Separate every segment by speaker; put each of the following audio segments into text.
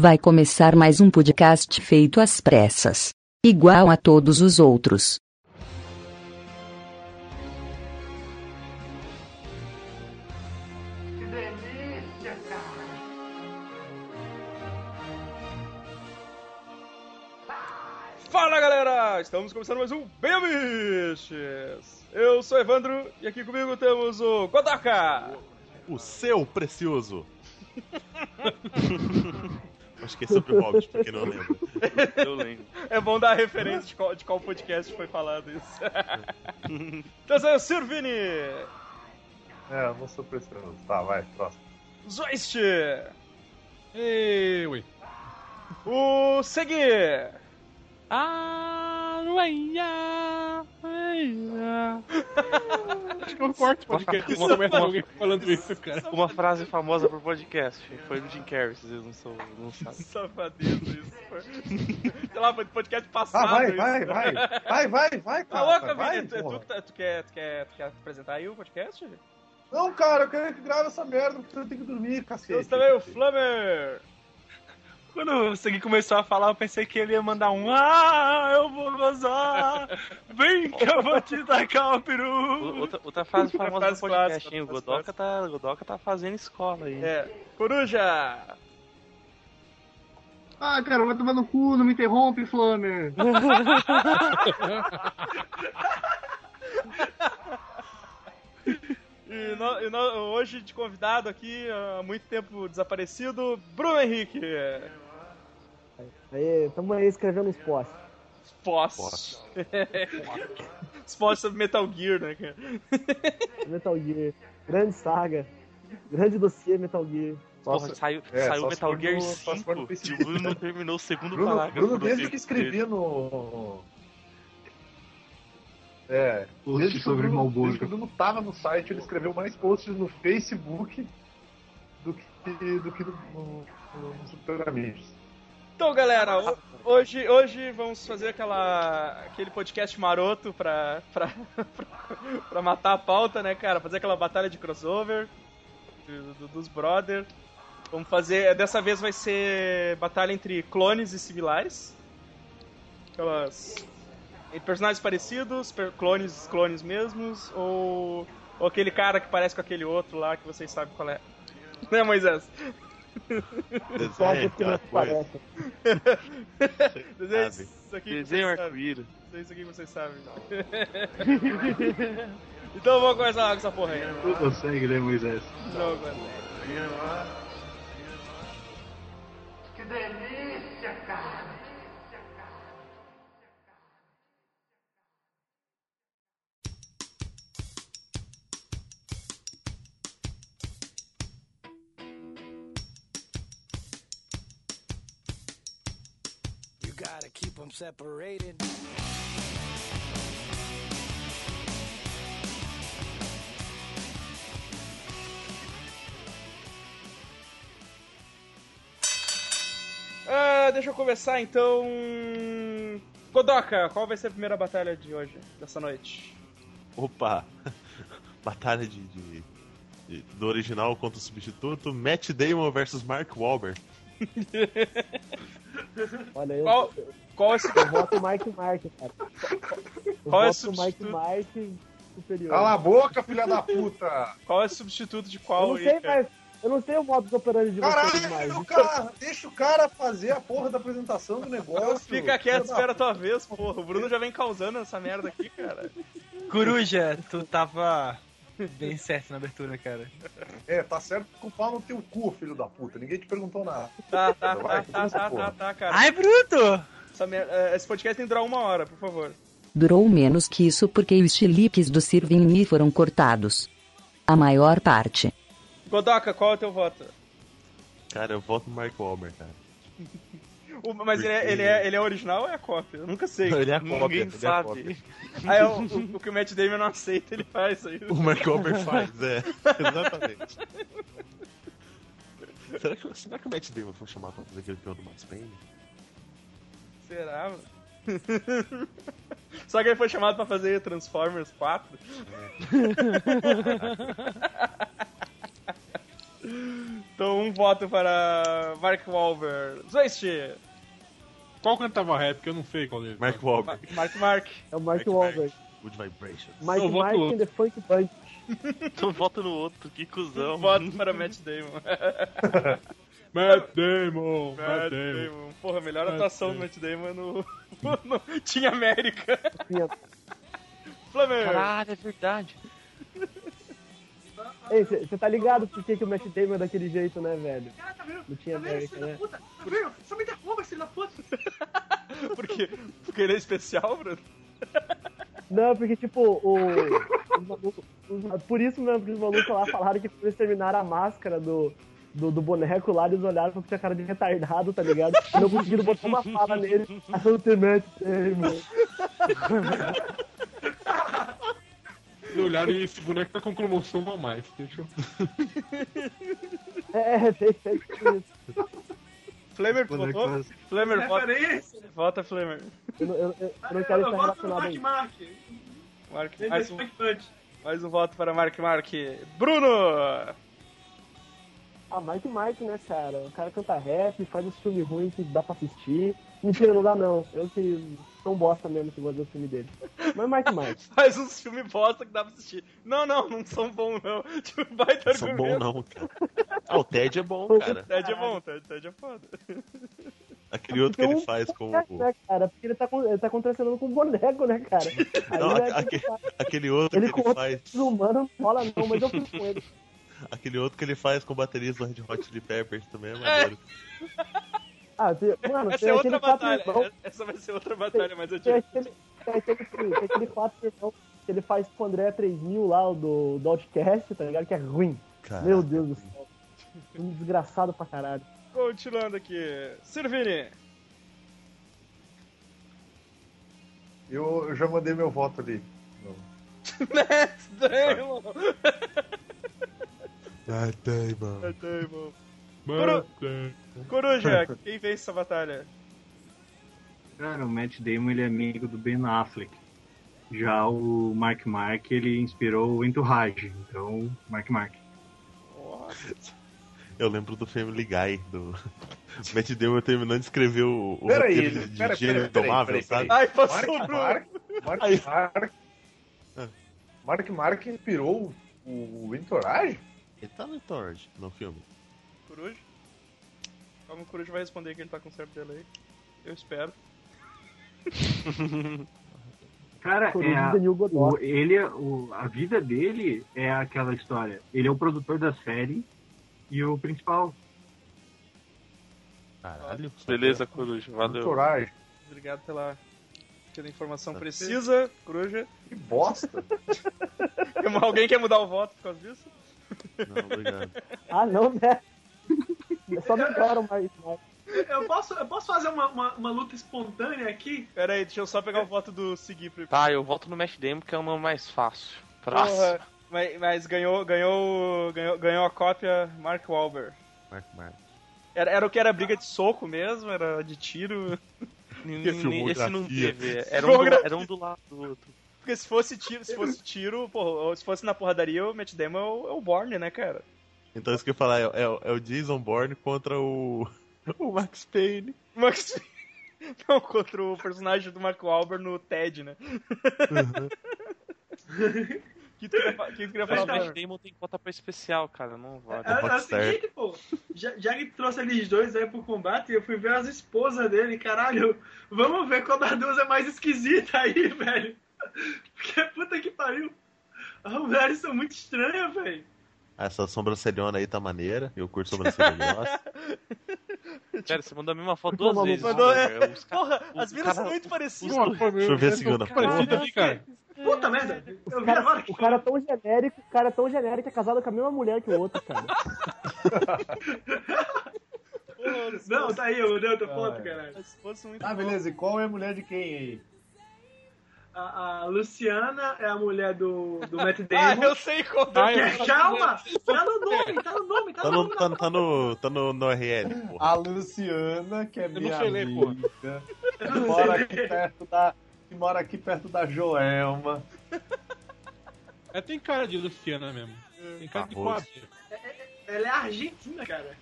Speaker 1: Vai começar mais um podcast feito às pressas. Igual a todos os outros.
Speaker 2: Que delícia, cara.
Speaker 3: Fala galera! Estamos começando mais um Bemiches! Eu sou Evandro e aqui comigo temos o Godaka!
Speaker 4: O seu precioso. Acho que é sobre o Hobbit, porque não lembro.
Speaker 5: Eu lembro.
Speaker 3: É bom dar a referência de qual, de qual podcast foi falado isso. Então, Sir Vini!
Speaker 6: É, eu não sou precioso. Tá, vai, próximo.
Speaker 3: Zoist!
Speaker 7: Ei, ui.
Speaker 3: O Segui!
Speaker 7: Ah, uaia, uaia. Acho que eu corto o
Speaker 3: é
Speaker 7: podcast.
Speaker 5: Isso
Speaker 7: Uma começa alguém falando isso, cara.
Speaker 5: Uma frase famosa pro podcast. Foi do Jim Carrey, se vocês não, sou, não sabem.
Speaker 3: Safadeza isso. foi- Sei lá, foi do podcast
Speaker 6: Ah,
Speaker 3: passado.
Speaker 6: vai,
Speaker 3: isso.
Speaker 6: vai, vai. Vai, vai, vai,
Speaker 3: Tá
Speaker 6: cara.
Speaker 3: louca,
Speaker 6: vai,
Speaker 3: Vini? Tu, tu,
Speaker 6: porra.
Speaker 3: que tá- tu quer, tu, quer, tu quer apresentar aí o podcast?
Speaker 6: Não, cara, eu quero que grave essa merda, porque eu tenho que dormir, cacete.
Speaker 3: Temos também o Flammer!
Speaker 5: Quando o Segui começou a falar, eu pensei que ele ia mandar um Ah, eu vou gozar! Vem que eu vou te tacar o peru! Outra, outra frase famosa do
Speaker 3: frase
Speaker 5: podcast,
Speaker 3: clássica,
Speaker 5: hein? O
Speaker 3: outra
Speaker 5: Godoka tá, o Godoka tá fazendo escola aí.
Speaker 3: É, Coruja!
Speaker 8: Ah, cara, vai tomar no cu, não me interrompe, Flamer.
Speaker 3: E, no- e no- hoje de convidado aqui, há muito tempo desaparecido, Bruno Henrique.
Speaker 9: Aí, tamo aí escrevendo os posts.
Speaker 3: Post. Os posts sobre Metal Gear, né? cara?
Speaker 9: Metal Gear, grande saga, grande dossiê Metal Gear.
Speaker 5: Nossa,
Speaker 6: Nossa,
Speaker 5: saiu,
Speaker 6: é,
Speaker 5: saiu
Speaker 6: só se
Speaker 5: Metal
Speaker 6: for
Speaker 5: Gear
Speaker 6: no- só se for
Speaker 5: 5 e
Speaker 6: no
Speaker 5: o
Speaker 6: Facebook.
Speaker 5: Bruno não terminou o segundo
Speaker 6: Bruno,
Speaker 5: parágrafo.
Speaker 6: Bruno
Speaker 5: do
Speaker 6: desde que
Speaker 5: texto
Speaker 6: escrevi
Speaker 5: dele.
Speaker 6: no... É, desde que o
Speaker 8: sobre
Speaker 6: Bruno-
Speaker 8: Marlboro.
Speaker 6: Desde que o Bruno tava no site, ele escreveu mais posts no Facebook do que, do que no, no, no Super Amigos.
Speaker 3: Então, galera, ho- hoje, hoje vamos fazer aquela, aquele podcast maroto pra, pra, pra, pra matar a pauta, né, cara? Fazer aquela batalha de crossover do- do- dos brother. Vamos fazer. Dessa vez vai ser batalha entre clones e similares. Aquelas. entre Personagens parecidos, per- clones, clones mesmos, ou, ou aquele cara que parece com aquele outro lá que vocês sabem qual é. Né, Moisés?
Speaker 4: Desenho, aquela coisa.
Speaker 9: parece.
Speaker 3: Desenho
Speaker 4: Sabe.
Speaker 3: é isso aqui que
Speaker 5: Desenho
Speaker 3: vocês sabem.
Speaker 5: arco-íris.
Speaker 3: É isso aqui que vocês sabem. então vamos começar lá com essa porra aí.
Speaker 6: Tu consegue, né, Moisés?
Speaker 3: Não, agora.
Speaker 2: Que delícia, cara.
Speaker 3: Ah, deixa eu começar então. Godoka, qual vai ser a primeira batalha de hoje, dessa noite?
Speaker 4: Opa! Batalha de, de- de- do original contra o substituto. Matt Damon versus Mark Wahlberg.
Speaker 9: Olha, eu,
Speaker 3: Qual, qual é esse.
Speaker 9: eu voto Mike Mark, cara. Eu
Speaker 3: Qual é o
Speaker 9: voto Mike
Speaker 3: substituto?
Speaker 9: Mark superior.
Speaker 6: Cala a boca, filha da puta!
Speaker 3: Qual é o substituto de
Speaker 9: eu
Speaker 3: qual
Speaker 9: não
Speaker 3: aí,
Speaker 9: sei
Speaker 3: cara?
Speaker 9: mais, eu não sei o modo de operando de vocês mais.
Speaker 6: Caralho, cara, deixa o cara fazer a porra da apresentação do negócio.
Speaker 3: Fica quieto,
Speaker 6: Filha da
Speaker 3: espera a tua vez, porra. O Bruno já vem causando essa merda aqui, cara.
Speaker 7: Coruja, tu tava bem certo na abertura, cara.
Speaker 6: É, tá certo com o pau no teu cu, filho da puta. Ninguém te perguntou nada.
Speaker 3: Tá, tá, tá,
Speaker 6: Vai,
Speaker 3: tá, tá, tá,
Speaker 6: porra.
Speaker 3: tá, cara.
Speaker 7: Ai, Bruto!
Speaker 3: Essa mer- eh, Esse podcast tem que durar uma hora, por favor.
Speaker 1: Durou menos que isso porque os chiliques do Sir Vini foram cortados. A maior parte.
Speaker 3: Godoka, qual é o teu voto?
Speaker 4: Cara, eu voto no Mark Wahlberg, cara.
Speaker 3: O- mas ele é, ele, é, ele é original ou é a cópia? Eu nunca sei.
Speaker 4: Não, ele é a cópia.
Speaker 5: Ninguém
Speaker 4: ele é a
Speaker 5: sabe.
Speaker 4: cópia.
Speaker 3: Aí o, o- o que o Matt Damon não aceita, ele faz aí.
Speaker 4: O Mark Wahlberg faz, é. Exatamente. Será que, será que o Matt Damon foi chamado pra fazer aquele filme do Max Payne?
Speaker 3: Será, mano? Só que ele foi chamado pra fazer Transformers 4. Então, um voto para Mark Wahlberg. Zwist!
Speaker 5: Qual cantava rap? Que eu não sei qual dele.
Speaker 4: Mark Wahlberg.
Speaker 3: Mark Mark.
Speaker 9: É o Mark
Speaker 4: Mike
Speaker 9: Wahlberg.
Speaker 4: Good Vibrations.
Speaker 9: Mike
Speaker 5: Eu voto
Speaker 9: Mike and the Funk Bunch.
Speaker 10: Então vota no outro, que cuzão.
Speaker 3: Um voto para Matt Damon.
Speaker 5: Matt Damon, Matt
Speaker 3: Matt
Speaker 5: Damon.
Speaker 3: Damon. Porra, a melhor
Speaker 5: Matt
Speaker 3: atuação do
Speaker 5: Damon.
Speaker 3: Matt Damon é no, no Team América.
Speaker 9: Tinha-
Speaker 3: Flamengo.
Speaker 10: Caralho, é verdade.
Speaker 9: Ei, você tá ligado por que, que o Matt Damon é daquele jeito, né, velho?
Speaker 8: Cara, tá vendo?
Speaker 9: Não tinha
Speaker 8: Tá vendo,
Speaker 9: América,
Speaker 8: filho da
Speaker 9: né?
Speaker 8: puta? Tá vendo? Só me derruba, filho da puta.
Speaker 3: Porque, porque ele é especial, Bruno.
Speaker 9: Não, porque, tipo, o. os malucos- os- por isso mesmo que os malucos lá falaram que quando eles terminaram a máscara do, do, do boneco lá, eles olharam e falaram que tinha cara de retardado, tá ligado? E não conseguiram botar uma fala nele. I don't the Matt Damon.
Speaker 5: Eles olharam e esse boneco tá com cromossomo a mais. Deixa eu...
Speaker 9: É, é, bem- é tipo isso.
Speaker 3: Flamer, tu votou? Flamer, vota.
Speaker 8: Referência.
Speaker 3: Vota, Flamer.
Speaker 9: Eu, não- eu- eu- eu não
Speaker 8: Eu
Speaker 9: quero estar
Speaker 8: voto no
Speaker 9: relacionado a
Speaker 8: Mark
Speaker 9: isso.
Speaker 8: Mark.
Speaker 3: Mark,
Speaker 8: Ele é
Speaker 3: mais um,
Speaker 8: Funk Bunch.
Speaker 3: mais um voto para Mark Mark. Bruno!
Speaker 9: Ah, Mike Mike, né, cara? O cara canta rap, faz uns filmes ruins que dá pra assistir. Mentira, não dá não. Eu que sou um bosta mesmo que gosto do filme dele. Mas Mike Mike.
Speaker 3: Faz uns filmes um bosta que dá pra assistir. Não, não, não são bons, não. Tipo, baita
Speaker 4: São bom
Speaker 3: argumento.
Speaker 4: não, cara. Ah, o Ted é bom, cara.
Speaker 3: Ted é bom, Ted, Ted é foda.
Speaker 4: Aquele outro que ele
Speaker 9: Então,
Speaker 4: faz com
Speaker 9: é,
Speaker 4: o...
Speaker 9: né, cara? Porque ele tá, con- ele tá contracenando com o boneco, né, cara? Aí
Speaker 4: Não,
Speaker 9: né,
Speaker 4: aque-
Speaker 9: tipo,
Speaker 4: Aquele outro
Speaker 9: Ele
Speaker 4: que ele
Speaker 9: conta-
Speaker 4: faz...
Speaker 9: desumano, não rola não, mas eu fui com ele.
Speaker 4: Aquele outro que ele faz com baterias do Red Hot Chili Peppers também é maneiro.
Speaker 9: Ah, tem, mano,
Speaker 3: Essa
Speaker 9: tem
Speaker 3: é
Speaker 9: aquele
Speaker 3: outra
Speaker 9: quatro
Speaker 3: batalha.
Speaker 9: irmãos,
Speaker 3: Essa vai ser outra batalha mais
Speaker 9: tem
Speaker 3: antiga.
Speaker 9: aquele, tem aquele, tem aquele quatro irmãos que ele faz com o André 3000 lá, o do, do Outcast, tá ligado? Que é ruim.
Speaker 4: Cara,
Speaker 9: Meu Deus do céu. Um desgraçado pra caralho.
Speaker 3: Continuando aqui. Sirvini.
Speaker 6: Eu, eu já mandei meu voto ali. Não.
Speaker 3: Matt Damon.
Speaker 4: Matt Damon.
Speaker 3: Matt Damon.
Speaker 5: Matt Damon.
Speaker 3: Coruja, quem vence essa batalha?
Speaker 11: Cara, o Matt Damon ele é amigo do Ben Affleck. Já o Mark Mark, ele inspirou o Entourage. Então, Mark Mark.
Speaker 4: Eu lembro do Family Guy, do Matt Damon terminando de escrever o, o
Speaker 6: Peraí,
Speaker 4: roteiro de,
Speaker 6: pera-
Speaker 4: de gênero
Speaker 6: pera- pera-
Speaker 4: indomável,
Speaker 6: pera-
Speaker 4: sabe?
Speaker 6: pera-
Speaker 3: Ai,
Speaker 6: Mark
Speaker 3: passou o Bruno.
Speaker 6: Mark, Mark,
Speaker 4: Aí.
Speaker 6: Mark,
Speaker 4: Ah.
Speaker 6: Mark Mark inspirou o, o Entourage?
Speaker 4: Ele tá no Torrent, no filme.
Speaker 3: Coruja? Calma, o Coruja vai responder que ele tá com certo delay. Eu espero.
Speaker 11: Cara, é
Speaker 9: Coruja
Speaker 11: a,
Speaker 9: do Danil Godot.
Speaker 11: o- ele, é- o, a vida dele é aquela história. Ele é o produtor da série e o principal.
Speaker 4: Caralho.
Speaker 10: Beleza, Coruja, valeu.
Speaker 6: Entourage.
Speaker 3: Obrigado pela, pela informação precisa, Coruja.
Speaker 6: Que bosta.
Speaker 3: Alguém quer mudar o voto por causa disso?
Speaker 4: Não, obrigado.
Speaker 9: Ah, não, né? Só não quero mais. mais.
Speaker 8: Eu posso, eu posso fazer uma, uma, uma luta espontânea aqui?
Speaker 3: Pera aí, deixa eu só pegar o voto do Segui primeiro.
Speaker 10: Tá, eu voto no Match Demo, que é o nome mais fácil. Praça.
Speaker 3: Porra, mas, mas ganhou, ganhou, ganhou, ganhou a cópia Mark Wahlberg.
Speaker 4: Mark Mark.
Speaker 3: Era, era o que era briga de soco mesmo, era de tiro.
Speaker 10: N-
Speaker 4: Que
Speaker 10: n- Esse não
Speaker 4: filmografia.
Speaker 10: teve. Era um, do,
Speaker 3: Filmografia.
Speaker 10: era um do lado do outro.
Speaker 3: Porque se fosse tiro, se fosse tiro, porra, ou se fosse na porradaria, o Matt Damon é o, é o Borne, né, cara?
Speaker 4: Então isso que eu ia falar é, é o- é o Jason Bourne contra o. O Max Payne.
Speaker 3: Max não contra o personagem do Mark Wahlberg no Ted, né? O que tu queria, fa- que tu queria
Speaker 10: Mas
Speaker 3: falar,
Speaker 10: o Match
Speaker 3: Bruno?
Speaker 10: Damon tem cota pra especial, cara, não vale.
Speaker 8: É, é o
Speaker 4: Rockstar.
Speaker 8: seguinte, pô. Já, já que trouxe eles dois aí pro combate, eu fui ver as esposas dele, caralho. Vamos ver qual das duas é mais esquisita aí, velho. Porque puta que pariu. As mulheres são muito estranhas, velho.
Speaker 4: Essa sobrancelhona aí tá maneira. Eu curto sobrancelhona.
Speaker 10: Cara, você mandou a mesma foto duas
Speaker 9: Mandou,
Speaker 10: vezes.
Speaker 3: É. mandou,
Speaker 10: né, cara? Os caras-
Speaker 3: Porra, as
Speaker 10: o
Speaker 3: minas
Speaker 10: cara-
Speaker 3: são muito parecidas.
Speaker 4: Deixa eu ver a segunda.
Speaker 5: Parecido ali, cara.
Speaker 8: Puta merda. Eu
Speaker 9: O
Speaker 8: vi agora
Speaker 9: cara,
Speaker 8: que.
Speaker 9: o cara é tão genérico, o cara tão genérico é casado com a mesma mulher que o outro, cara.
Speaker 3: Porra, as
Speaker 8: Não, tá aí, eu dei outra
Speaker 6: Ah,
Speaker 8: foto,
Speaker 6: é.
Speaker 8: caralho.
Speaker 3: as fotos são muito
Speaker 6: Ah, beleza. E qual é a mulher de quem aí?
Speaker 8: A, a Luciana é a mulher do, do Matt
Speaker 3: Ah,
Speaker 8: Damon.
Speaker 3: eu sei qual
Speaker 8: Que é- calma! Tá no nome, tá no nome, tá
Speaker 4: Tá
Speaker 6: é
Speaker 8: no
Speaker 4: no,
Speaker 8: nome.
Speaker 4: tá, tá no, tá no, no RL, porra.
Speaker 6: A Luciana, que é minha
Speaker 5: sei ler, porra.
Speaker 6: amiga. Que mora aqui perto da. Que mora aqui perto da Joelma.
Speaker 7: é,
Speaker 5: É, tem cara de Luciana mesmo. Tem cara de
Speaker 4: Arroz.
Speaker 5: quadro.
Speaker 8: É, Ela é argentina, cara.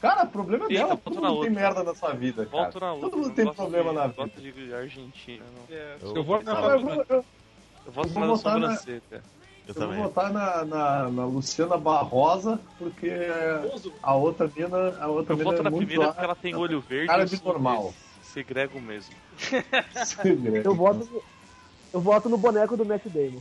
Speaker 6: Cara, o problema é
Speaker 10: Eita,
Speaker 6: dela.
Speaker 10: volta
Speaker 6: Todo
Speaker 10: na
Speaker 6: mundo tem
Speaker 10: outra.
Speaker 6: merda na sua vida, cara.
Speaker 10: Volto na outra.
Speaker 6: Todo mundo
Speaker 10: não
Speaker 6: tem
Speaker 10: gosto
Speaker 6: problema
Speaker 10: de,
Speaker 6: na
Speaker 10: não
Speaker 6: vida.
Speaker 10: gosto de Argentina, não.
Speaker 3: Eu, voto
Speaker 6: Cara, eu vou- eu-
Speaker 10: Eu voto
Speaker 6: vou
Speaker 10: na da
Speaker 6: votar na-
Speaker 10: sobrancelha.
Speaker 6: Eu vou votar na, na, na Luciana Barrosa, porque a outra mina, a outra
Speaker 10: Eu
Speaker 6: mina
Speaker 10: voto
Speaker 6: é
Speaker 10: na
Speaker 6: muito
Speaker 10: primeira
Speaker 6: lá-
Speaker 10: porque ela tem olho verde.
Speaker 6: Cara
Speaker 10: e
Speaker 6: de
Speaker 10: se-
Speaker 6: normal.
Speaker 10: um Segrego mesmo.
Speaker 9: Eu voto, no- eu voto no boneco do Matt Damon.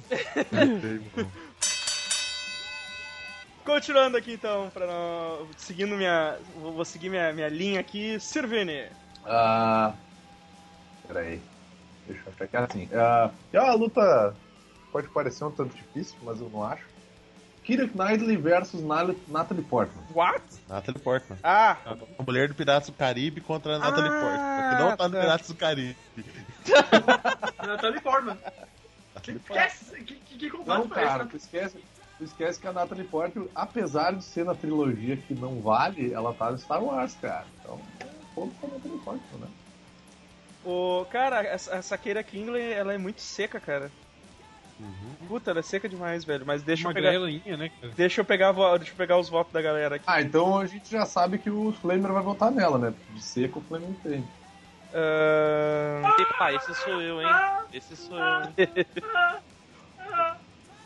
Speaker 3: Continuando aqui então, pra não... seguindo minha. Vou vou seguir minha, minha linha aqui. Sirvini.
Speaker 6: Ah. Peraí. Deixa eu achar que é assim. Ah, é uma luta. Pode parecer um tanto difícil, mas eu não acho. Kira Knightley versus Nal- Natalie Portman.
Speaker 3: What?
Speaker 4: Natalie Portman.
Speaker 3: Ah!
Speaker 4: A mulher do Piratas do Caribe contra a Natalie Portman. Que não tá no Piratas do Caribe.
Speaker 8: Natalie É Portman. Esquece! Que, que, que combate
Speaker 6: Não,
Speaker 8: foi esse,
Speaker 6: cara,
Speaker 8: né?
Speaker 6: tu esquece, tu esquece que a Natalie Portman, apesar de ser na trilogia que não vale, ela tá no Star Wars, cara. Então, ponto pra Natalie Portman, né?
Speaker 3: O, cara, essa, essa Keira Kingley, ela é muito seca, cara.
Speaker 6: Uhum.
Speaker 3: Puta, ela é seca demais, velho. Mas deixa eu pegar.
Speaker 7: né, cara?
Speaker 3: Deixa eu pegar, a vo- deixa eu pegar os votos da galera aqui.
Speaker 6: Ah, então a gente já sabe que o Flamer vai votar nela, né? De seco o Flamer tem.
Speaker 10: Epa, esse sou eu, hein? Esse sou eu, hein?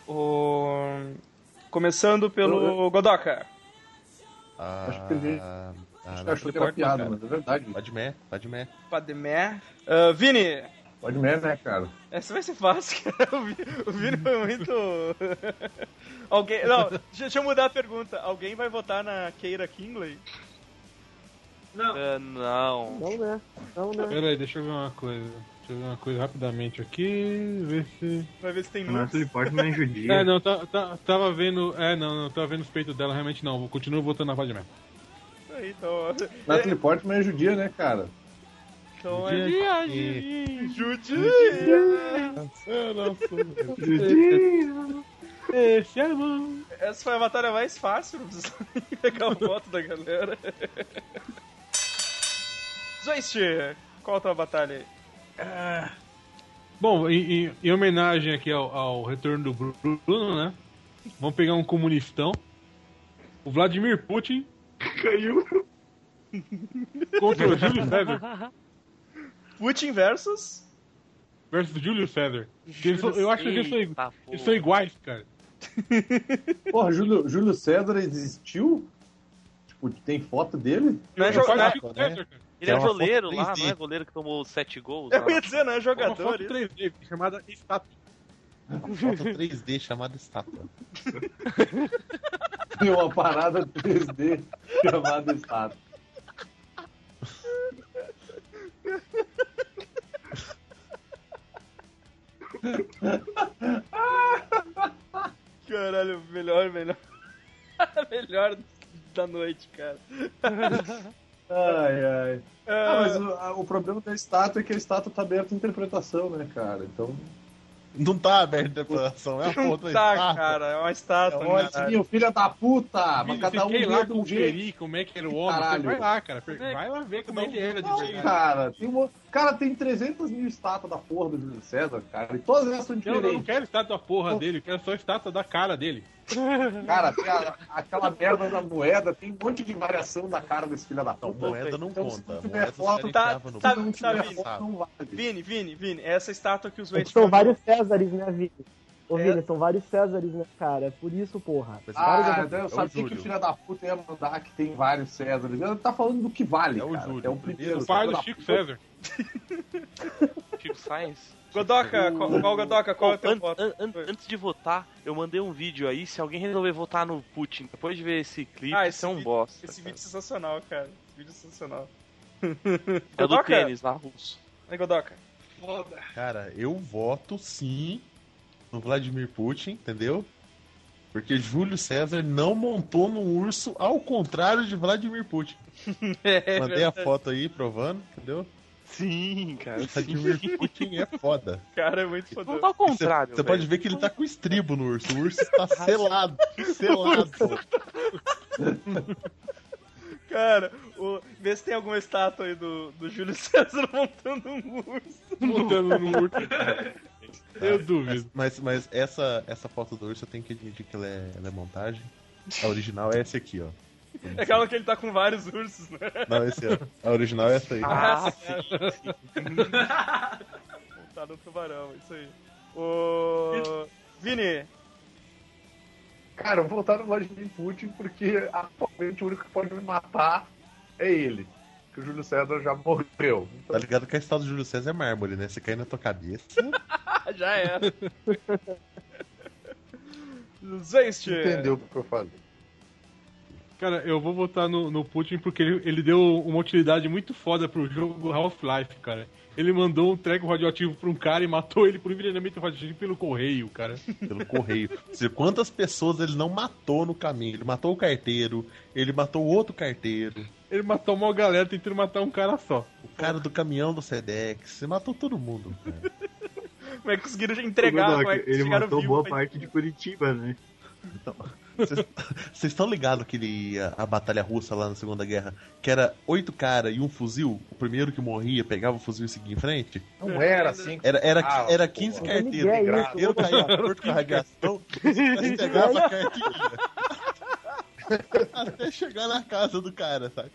Speaker 3: O- Começando pelo Godoka.
Speaker 4: Ah,
Speaker 6: Acho que ele- acho que achou que era piada, mas é verdade.
Speaker 4: Padmé, Padmé.
Speaker 3: Padmé. Ah, Vini.
Speaker 6: Pode merda, né, cara?
Speaker 3: Essa vai ser fácil, cara. O Vi- O Vini foi muito. Alguém. Não, deixa deixa eu mudar a pergunta. Alguém vai votar na Keira Kingley?
Speaker 8: Não.
Speaker 10: Ah, não.
Speaker 9: Não, né? Não, né?
Speaker 7: Pera aí, deixa eu ver uma coisa. Deixa eu ver uma coisa rapidamente aqui, ver se...
Speaker 3: Vai ver se tem
Speaker 11: A
Speaker 3: nudes.
Speaker 11: Natalie Portman é judia.
Speaker 7: É, não, tá, tá- tava vendo... É, não, não, tava vendo os peitos dela, realmente não. Vou- Continuo votando na Padmé.
Speaker 3: Isso aí, Então,
Speaker 6: Natalie Portman é judia, né, cara?
Speaker 3: então é. É,
Speaker 7: Eu não sou... Esse é bom.
Speaker 3: Essa foi a batalha mais fácil, não precisa nem pegar o voto da galera. Zoist, qual a tua batalha aí?
Speaker 7: Bom, em, em- em homenagem aqui ao, ao retorno do Bru- Bruno, né? Vamos pegar um comunistão. O Vladimir Putin
Speaker 8: Caiu.
Speaker 7: contra o Júlio César.
Speaker 3: Putin versus.
Speaker 7: Versus Júlio César. Que eles são- eu acho que eles são,
Speaker 10: Eita,
Speaker 7: eles
Speaker 10: pô.
Speaker 7: são iguais, cara.
Speaker 6: Porra, Júlio, Júlio César existiu? Tipo, tem foto dele?
Speaker 3: Não é,
Speaker 7: Eu
Speaker 3: jo-
Speaker 7: quase
Speaker 3: não é-
Speaker 7: digo César,
Speaker 6: né?
Speaker 7: cara.
Speaker 10: Ele é,
Speaker 4: É uma
Speaker 10: goleiro
Speaker 4: foto
Speaker 10: lá,
Speaker 4: 3D.
Speaker 10: não é goleiro que tomou 7 gols?
Speaker 3: eu
Speaker 10: lá?
Speaker 3: ia dizer, não é
Speaker 7: Uma foto
Speaker 3: jogador. isso.
Speaker 7: 3D chamada estátua.
Speaker 4: Foto 3D um chamada estátua.
Speaker 6: Tem uma parada 3D chamada estátua.
Speaker 3: Caralho, melhor, melhor. melhor da noite, cara.
Speaker 6: Ai, ai. Ah,
Speaker 3: Ah,
Speaker 6: mas o, a- o problema da estátua é que a estátua tá aberta à interpretação, né, cara? Então.
Speaker 4: Não tá aberta a declaração, é a
Speaker 3: não
Speaker 4: foto da
Speaker 3: tá,
Speaker 4: estátua.
Speaker 3: cara, é uma
Speaker 6: É
Speaker 3: estátua.
Speaker 6: um
Speaker 3: caralho.
Speaker 6: filho filha da puta! Mas cada um
Speaker 7: Então, Fiquei lá
Speaker 6: vê de um jeito.
Speaker 7: conferir como é que era o homem.
Speaker 6: Caralho.
Speaker 7: Vai lá, cara. Vai lá ver como é que era de
Speaker 6: Não,
Speaker 7: verdade.
Speaker 6: cara, tem uma... cara, tem 300 mil estátuas da porra do Júlio César, cara, e todas elas são
Speaker 7: Eu não
Speaker 6: diferentes.
Speaker 7: quero estátua porra dele, eu quero só estátua da cara dele.
Speaker 6: Cara, tem a- aquela merda da moeda tem um monte de variação da cara desse filho da puta.
Speaker 4: Moeda não
Speaker 6: Então, se
Speaker 4: conta.
Speaker 6: tiver
Speaker 4: Moeda
Speaker 6: foto,
Speaker 4: se
Speaker 3: tá-
Speaker 4: enfiava no
Speaker 3: tá-
Speaker 4: cu,
Speaker 3: tá
Speaker 4: tirava
Speaker 3: vindo.
Speaker 4: sarro.
Speaker 6: Não vale.
Speaker 3: Vini, Vini, Vini, essa estátua que os
Speaker 9: É que
Speaker 3: Waits
Speaker 9: São vários Césares, né, Vini? Ô,
Speaker 3: É.
Speaker 9: Vini, são vários Césares, né, cara? É por isso, porra.
Speaker 4: Mas
Speaker 6: Ah,
Speaker 4: é o
Speaker 6: eu sabia
Speaker 4: Júlio.
Speaker 6: que o filho da puta ia mandar que tem vários Césares. Ele tá falando do que vale,
Speaker 4: É o
Speaker 6: cara,
Speaker 4: Júlio,
Speaker 6: que é o
Speaker 4: o
Speaker 6: primeiro.
Speaker 4: primeiro
Speaker 7: O pai
Speaker 6: filho
Speaker 7: do
Speaker 6: da
Speaker 7: Chico
Speaker 6: puta.
Speaker 7: César.
Speaker 10: Chico Sainz.
Speaker 3: Godoka, qual, qual Godoka, qual é o
Speaker 10: Bom,
Speaker 3: teu
Speaker 10: an-
Speaker 3: voto?
Speaker 10: an- an- antes de votar, eu mandei um vídeo aí. Se alguém resolver votar no Putin, depois de ver esse clipe,
Speaker 3: Ah, esse
Speaker 10: isso é um
Speaker 3: vídeo-
Speaker 10: bosta.
Speaker 3: Esse
Speaker 10: cara.
Speaker 3: vídeo é sensacional, cara. Esse vídeo é sensacional.
Speaker 10: é do
Speaker 3: Godoka?
Speaker 10: tênis lá, russo.
Speaker 3: Aí, Godoka.
Speaker 8: Foda.
Speaker 4: Cara, eu voto sim no Vladimir Putin, entendeu? Porque Júlio César não montou num urso, ao contrário de Vladimir Putin.
Speaker 3: É
Speaker 4: Mandei a
Speaker 3: verdade,
Speaker 4: foto aí provando, entendeu?
Speaker 10: Sim, cara.
Speaker 4: Vladimir Putin é foda.
Speaker 3: cara, é muito
Speaker 10: Não
Speaker 3: foda.
Speaker 10: tá ao
Speaker 4: Você
Speaker 10: contrário.
Speaker 4: você pode
Speaker 10: velho.
Speaker 4: ver que ele tá com estribo no urso. O urso tá selado. selado.
Speaker 3: Cara, o- vê se tem alguma estátua aí do, do Júlio César montando um urso.
Speaker 7: Montando no urso. Eu duvido.
Speaker 4: Tá? Mas, mas essa, essa foto do urso eu tenho que admitir que ela é, ela é montagem. A original é esse aqui, ó.
Speaker 3: É aquela que ele tá com vários ursos, né?
Speaker 4: Não, esse é. A original é essa aí.
Speaker 3: Ah, sim, sim. tá no tubarão, isso aí. O. Vini,
Speaker 6: Cara, eu vou voltar no Vladimir Putin porque atualmente o único que pode me matar é ele. Que o Júlio César já morreu. Então,
Speaker 4: Tá ligado que a estátua do Júlio César é mármore, né? Você cai na tua cabeça.
Speaker 3: já é. Zeist!
Speaker 7: É.
Speaker 4: Entendeu o que eu falei?
Speaker 7: Cara, eu vou votar no, no Putin porque ele, ele deu uma utilidade muito foda pro jogo Half-Life, cara. Ele mandou um treco radioativo pra um cara e matou ele por envenenamento radioativo pelo correio, cara.
Speaker 4: Pelo correio. Quer dizer, Quantas pessoas ele não matou no caminho? Ele matou o carteiro, ele matou o outro carteiro,
Speaker 7: Ele matou uma galera tentando matar um cara só.
Speaker 4: o cara do caminhão do Sedex. Você matou todo mundo, cara.
Speaker 3: Como é que conseguiram entregar?
Speaker 11: Ô, Godoc,
Speaker 3: Como é que
Speaker 11: ele
Speaker 3: chegaram
Speaker 11: matou
Speaker 3: vivo,
Speaker 11: boa
Speaker 3: mas-
Speaker 11: parte de Curitiba, né?
Speaker 4: Vocês estão ligados que a, a batalha russa lá na Segunda Guerra, que era oito caras e um fuzil, o primeiro que morria pegava o fuzil e seguia em frente?
Speaker 6: Não era assim.
Speaker 4: Era, era,
Speaker 6: Ah,
Speaker 4: era
Speaker 6: porra.
Speaker 4: 15
Speaker 6: Mas
Speaker 4: carteiros.
Speaker 9: ninguém é
Speaker 4: Eu
Speaker 9: isso,
Speaker 4: carteiro
Speaker 9: opa.
Speaker 4: caía torto com a radiação, mas pegava a cartilha. Até chegar na casa do cara, sabe?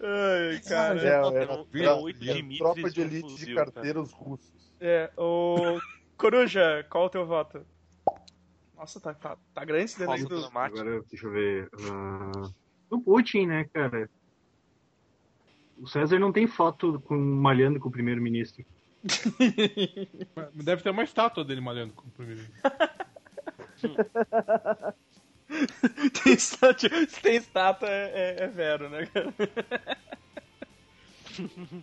Speaker 3: Ai, cara.
Speaker 6: É, era,
Speaker 10: Eram-
Speaker 6: tropa-
Speaker 10: eram oito
Speaker 6: era
Speaker 10: Dimitris
Speaker 6: tropa de
Speaker 10: e um
Speaker 6: elite de
Speaker 10: fuzil, cara.
Speaker 6: carteiros russos.
Speaker 3: É, o. Coruja, qual o teu voto? Nossa, tá, tá, tá grande esse dedo aí
Speaker 10: Falta
Speaker 3: do.
Speaker 10: dramático.
Speaker 11: Agora, deixa eu ver. ah, o Putin, né, cara? O César não tem foto com, malhando com o primeiro-ministro.
Speaker 7: Mas Deve ter uma estátua dele malhando com o primeiro.
Speaker 3: tem estátua, se tem estátua é, é, é vero, né, cara?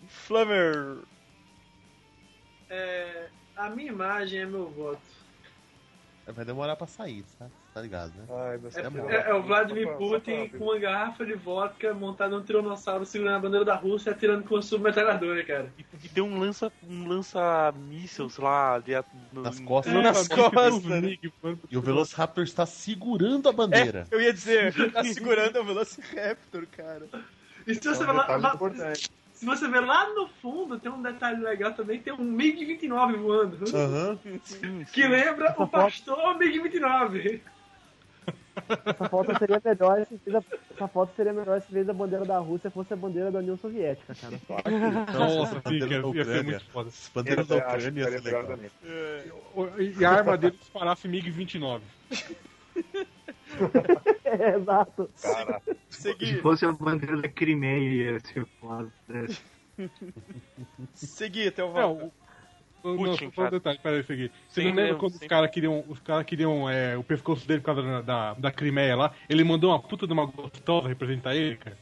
Speaker 3: Flummer.
Speaker 8: É, a minha imagem é meu voto.
Speaker 4: é, Vai demorar pra sair, sabe? Tá ligado, né?
Speaker 6: Ai, meu
Speaker 4: É bom.
Speaker 8: É, é o Vladimir
Speaker 6: Só pra- só pra-
Speaker 8: Putin com uma garrafa de vodka montada num tiranossauro segurando a bandeira da Rússia e atirando com uma submetralhadora, cara.
Speaker 10: E, e deu um lança, um lança mísseis lá ali a- no-
Speaker 4: Nas
Speaker 10: em-
Speaker 4: costas.
Speaker 3: Nas costas. né?
Speaker 7: Nick, mano.
Speaker 4: E o Velociraptor está segurando a
Speaker 3: É,
Speaker 4: bandeira.
Speaker 3: eu ia dizer, tá segurando o Velociraptor, cara.
Speaker 8: E se
Speaker 6: É um
Speaker 8: você, ver lá,
Speaker 6: detalhe
Speaker 8: lá-
Speaker 6: importante.
Speaker 8: se você ver lá no fundo, tem um detalhe legal também, tem um MiG-29 voando.
Speaker 6: É.
Speaker 4: Aham.
Speaker 8: Que lembra o pastor MiG-29.
Speaker 9: Essa foto seria melhor se em vez da- essa foto seria melhor se em vez da bandeira da Rússia fosse a bandeira da União Soviética, cara. Só acho.
Speaker 7: Nossa,
Speaker 4: Bandeira
Speaker 7: sim, Então, assim, cara,
Speaker 4: da
Speaker 7: ia ser
Speaker 4: Ucrânia.
Speaker 7: muito foda.
Speaker 4: As bandeiras da
Speaker 6: Eu é acho que
Speaker 4: Ucrânia ia
Speaker 6: ficaria
Speaker 4: ser
Speaker 6: melhor
Speaker 4: legal.
Speaker 6: também.
Speaker 3: É.
Speaker 7: E a arma dele disparasse MiG-29.
Speaker 9: É, exato.
Speaker 6: Cara,
Speaker 11: Se
Speaker 3: Segui,
Speaker 11: fosse a bandeira da Crimeia, ia ser foda.
Speaker 3: segui teu voto.
Speaker 7: Não, o... o-
Speaker 10: Putin,
Speaker 7: não, só um
Speaker 10: cara.
Speaker 7: detalhe, peraí, isso aqui.
Speaker 10: Sim,
Speaker 7: Você não lembra
Speaker 10: lembro,
Speaker 7: quando os
Speaker 10: sim.
Speaker 7: caras queriam, os cara queriam é, o pescoço dele por causa da, da, da Crimeia lá? Ele mandou uma puta de uma gostosa representar ele, cara.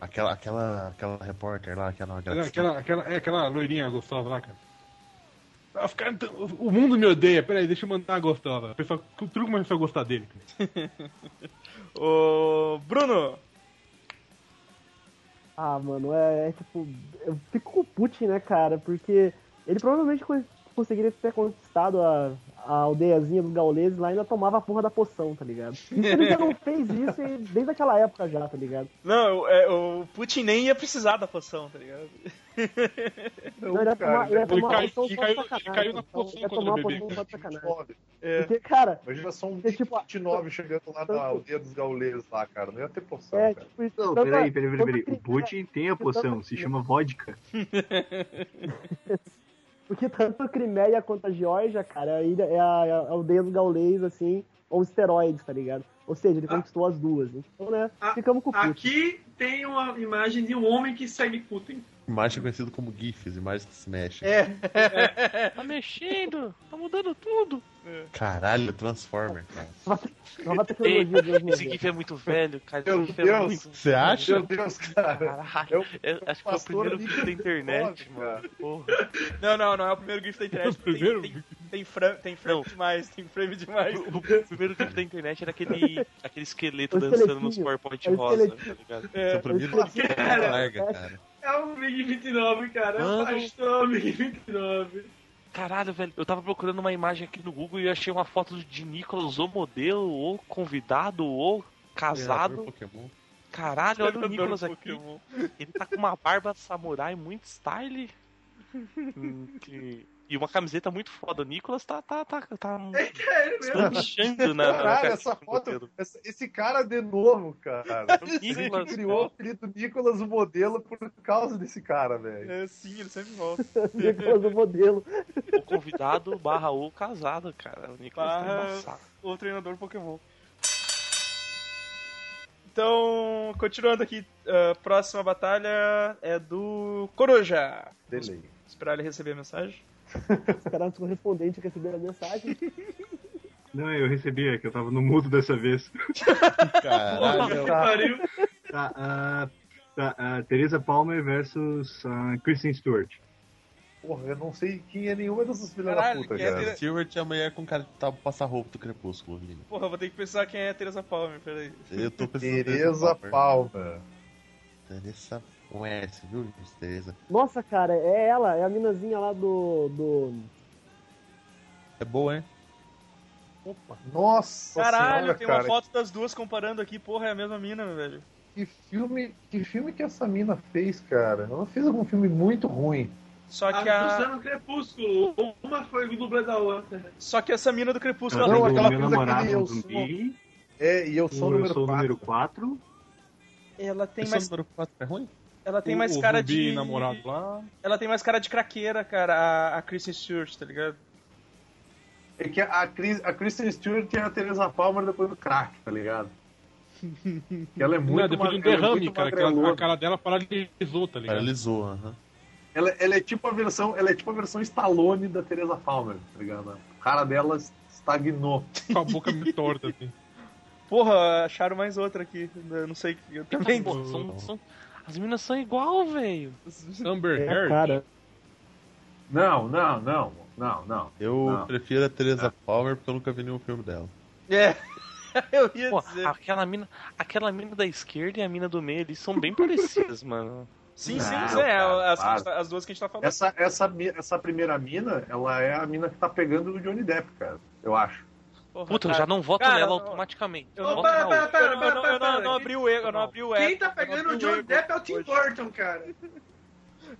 Speaker 4: Aquela, aquela, aquela repórter lá, aquela.
Speaker 7: Aquela,
Speaker 4: aquela...
Speaker 7: aquela, aquela, é, aquela loirinha gostosa lá, cara. Ah, os caras tão- o mundo me odeia, peraí, deixa eu mandar uma gostosa. O pessoal, o truque começou a gostar dele. cara.
Speaker 3: Ô, Bruno,
Speaker 9: Ah, mano, é, é tipo. Eu fico com o Putin, né, cara? Porque ele provavelmente co- conseguiria ter conquistado a, a aldeiazinha dos gauleses lá e ainda tomava a porra da poção, tá ligado? Ele já não fez isso e- desde aquela época já, tá ligado?
Speaker 3: não, é, o Putin nem ia precisar da poção, tá ligado?
Speaker 6: não,
Speaker 9: Não, ele ia tomar,
Speaker 6: cara,
Speaker 9: ele ia
Speaker 6: velho,
Speaker 9: tomar
Speaker 7: cai-
Speaker 9: a poção
Speaker 7: ele
Speaker 9: só de
Speaker 7: caiu- ele
Speaker 9: sacanagem,
Speaker 7: caiu na
Speaker 9: então,
Speaker 7: poção
Speaker 9: ele ia
Speaker 7: quando
Speaker 9: tomar a
Speaker 7: bebê.
Speaker 9: poção só de sacanagem.
Speaker 6: foda.
Speaker 3: É,
Speaker 9: Porque, cara,
Speaker 6: Imagina só um
Speaker 9: É tipo-
Speaker 6: 29 chegando lá na aldeia dos gauleiros lá, cara. Não ia ter poção,
Speaker 7: então,
Speaker 9: é
Speaker 6: cara.
Speaker 9: tipo isso.
Speaker 11: Não,
Speaker 9: tanta-
Speaker 11: peraí, peraí, peraí, peraí.
Speaker 9: tanta
Speaker 11: O Putin
Speaker 6: né?
Speaker 11: tem a poção, se chama vodka.
Speaker 9: Porque tanto a Crimeia quanto a Geórgia, cara, a ilha- é a, é a aldeia dos gaulês, assim, ou esteroides, tá ligado? Ou seja, ele
Speaker 8: Ah.
Speaker 9: conquistou as duas. Então, né,
Speaker 8: Ah,
Speaker 9: ficamos com o Putin.
Speaker 8: Aqui tem uma imagem de um homem que segue Putin.
Speaker 4: Imagem conhecida como GIFs, imagens que se mexem.
Speaker 3: É.
Speaker 10: Tá mexendo, tá mudando tudo.
Speaker 4: Caralho, Transformer, cara.
Speaker 9: Nova tecnologia dos anos
Speaker 10: Esse
Speaker 9: 90.
Speaker 10: GIF é muito velho, cara.
Speaker 6: Meu
Speaker 10: Esse GIF é
Speaker 6: Deus.
Speaker 10: muito
Speaker 4: Você acha?
Speaker 6: Meu Deus, cara.
Speaker 10: Caralho,
Speaker 6: É o
Speaker 10: eu acho que foi o
Speaker 6: pastor
Speaker 10: primeiro
Speaker 6: ali
Speaker 10: vídeo da
Speaker 6: que
Speaker 10: internet,
Speaker 6: pode,
Speaker 10: mano.
Speaker 6: cara.
Speaker 10: Porra.
Speaker 3: Não, não, não é o primeiro GIF da internet.
Speaker 7: O primeiro?
Speaker 3: Tem, tem, tem frame, tem frame
Speaker 10: Não.
Speaker 3: demais, tem frame demais.
Speaker 10: O, o primeiro vídeo da internet era aquele, aquele esqueleto
Speaker 9: O
Speaker 10: dançando nos
Speaker 9: esqueletinho.
Speaker 10: PowerPoint
Speaker 9: É o
Speaker 10: rosa, tá
Speaker 9: esqueletinho.
Speaker 10: ligado?
Speaker 4: Seu
Speaker 3: É,
Speaker 4: primeiro
Speaker 9: Cara,
Speaker 4: Transformer larga, cara.
Speaker 8: É o MiG-29, cara. É
Speaker 10: Mano.
Speaker 8: o
Speaker 3: Ah.
Speaker 8: pastor MiG-29.
Speaker 10: Caralho, velho, eu tava procurando uma imagem aqui no Google e eu achei uma foto de Nicolas, ou modelo, ou convidado, ou
Speaker 4: Treinador
Speaker 10: casado.
Speaker 4: Pokémon.
Speaker 10: Caralho, olha o
Speaker 3: Treinador
Speaker 10: Nicolas aqui.
Speaker 3: Pokémon.
Speaker 10: Ele tá com uma barba de samurai muito style. Hum, que... E uma camiseta muito foda. O Nicolas tá. tá, tá, tá
Speaker 8: É ele mesmo.
Speaker 10: deslanchando né, na. na
Speaker 6: Caralho,
Speaker 10: caixinha
Speaker 6: essa
Speaker 10: do
Speaker 6: foto.
Speaker 10: modelo.
Speaker 6: essa- esse cara de novo, cara.
Speaker 10: O Nicolas,
Speaker 6: Ele criou o apelido Nicolas o modelo por causa desse cara, velho.
Speaker 3: É, sim, ele sempre volta.
Speaker 9: Nicolas o modelo.
Speaker 10: O convidado barra o casado, cara. O Nicolas tá
Speaker 3: Barra
Speaker 10: embaçado.
Speaker 3: o treinador Pokémon. Então, continuando aqui, a próxima batalha é do Coruja.
Speaker 6: Delay.
Speaker 3: Esperar ele receber a mensagem.
Speaker 9: Esperar os correspondentes receberam a mensagem.
Speaker 11: Não, eu recebi, é que eu tava no mudo dessa vez.
Speaker 4: Caralho.
Speaker 8: pariu.
Speaker 11: Tá, ah, tá, ah, Teresa Palmer versus ah, Kristen Stewart.
Speaker 6: Porra, eu não sei quem é nenhuma dessas filhas da
Speaker 3: Caralho,
Speaker 6: puta,
Speaker 3: que é
Speaker 6: cara.
Speaker 3: ter-
Speaker 4: Stewart é a mulher com cara que tá passar-roupa do crepúsculo. menino.
Speaker 3: Porra, vou ter que pensar quem é a Teresa Palmer, peraí.
Speaker 4: Eu tô pensando.
Speaker 6: Tereza Palma.
Speaker 4: Teresa com S, viu? gente? Teresa.
Speaker 9: Nossa, cara, é ela, é a minazinha lá do. do...
Speaker 4: É boa, hein?
Speaker 6: Nossa
Speaker 3: Caralho,
Speaker 6: senhora,
Speaker 3: tem
Speaker 6: cara.
Speaker 3: uma foto das duas comparando aqui, porra, é a mesma mina, velho.
Speaker 6: Que filme, que filme que essa mina fez, cara? Ela fez algum filme muito ruim.
Speaker 3: Só
Speaker 8: A
Speaker 3: que a.
Speaker 8: Cruzando no Crepúsculo. Uma foi o dublê da outra.
Speaker 3: Só que essa mina do Crepúsculo,
Speaker 6: Não,
Speaker 3: ela
Speaker 11: Ela fez
Speaker 6: aquela
Speaker 11: o meu
Speaker 6: coisa
Speaker 11: namorado
Speaker 6: que eu
Speaker 11: um
Speaker 6: sou-
Speaker 11: zumbi,
Speaker 6: É, e eu
Speaker 11: o
Speaker 6: sou o número
Speaker 11: eu sou o
Speaker 6: 4.
Speaker 11: número 4.
Speaker 3: Ela tem
Speaker 4: Esse
Speaker 3: mais,
Speaker 4: número 4 é ruim?
Speaker 3: ela tem
Speaker 7: O-
Speaker 3: mais
Speaker 7: o
Speaker 3: cara
Speaker 7: zumbi
Speaker 3: de.
Speaker 7: namorado lá.
Speaker 3: Ela tem mais cara de craqueira, cara, a, a Kristen Stewart, tá ligado?
Speaker 6: É que a, Cris, a Kristen Stewart e a Teresa Palmer depois do crack, tá ligado? Que ela é muito
Speaker 7: Não, depois de um
Speaker 6: magra- ela é
Speaker 7: derrame,
Speaker 6: muito
Speaker 7: cara, que
Speaker 6: magrelona.
Speaker 7: a, a cara dela paralisou, tá ligado?
Speaker 4: Paralisou, aham.
Speaker 6: Ela, ela é tipo a versão, ela é tipo a versão Stallone da Teresa Palmer, tá ligado? A cara dela estagnou.
Speaker 7: Com a boca meio torta, assim.
Speaker 3: Porra, acharam mais outra aqui. Eu não sei. Eu também.
Speaker 10: Pô, são- são- As meninas são igual, velho.
Speaker 7: Amber
Speaker 9: É a
Speaker 7: Heard.
Speaker 9: cara.
Speaker 6: Não, não, não, não, não.
Speaker 4: Eu
Speaker 6: Não.
Speaker 4: prefiro a Teresa Palmer porque eu nunca vi nenhum filme dela.
Speaker 3: É. Eu ia
Speaker 10: Pô,
Speaker 3: dizer.
Speaker 10: aquela mina, aquela mina da esquerda e a mina do meio ali são bem parecidas, mano.
Speaker 3: Sim,
Speaker 6: Não,
Speaker 3: sim, sim.
Speaker 6: cara,
Speaker 3: é, as,
Speaker 6: claro.
Speaker 3: as duas que a gente tá falando.
Speaker 6: Essa, essa, mi- essa primeira mina, ela é a mina que tá pegando o Johnny Depp, cara. Eu acho.
Speaker 3: Porra,
Speaker 10: Puta, eu
Speaker 3: cara.
Speaker 10: já não voto
Speaker 3: Cara,
Speaker 10: nela
Speaker 3: não.
Speaker 10: automaticamente.
Speaker 3: Eu
Speaker 10: Eu
Speaker 3: não-
Speaker 10: voto
Speaker 8: Para,
Speaker 10: na
Speaker 8: para,
Speaker 10: outra.
Speaker 8: para,
Speaker 3: Eu não, eu não- eu não- eu não
Speaker 8: Quem-
Speaker 3: abri o ego, eu não abri o ego.
Speaker 8: tá, Quem tá
Speaker 3: eu não
Speaker 8: pegando
Speaker 3: abri
Speaker 8: o John
Speaker 3: ego
Speaker 8: Depp é o Tim
Speaker 3: hoje.
Speaker 8: Burton, cara.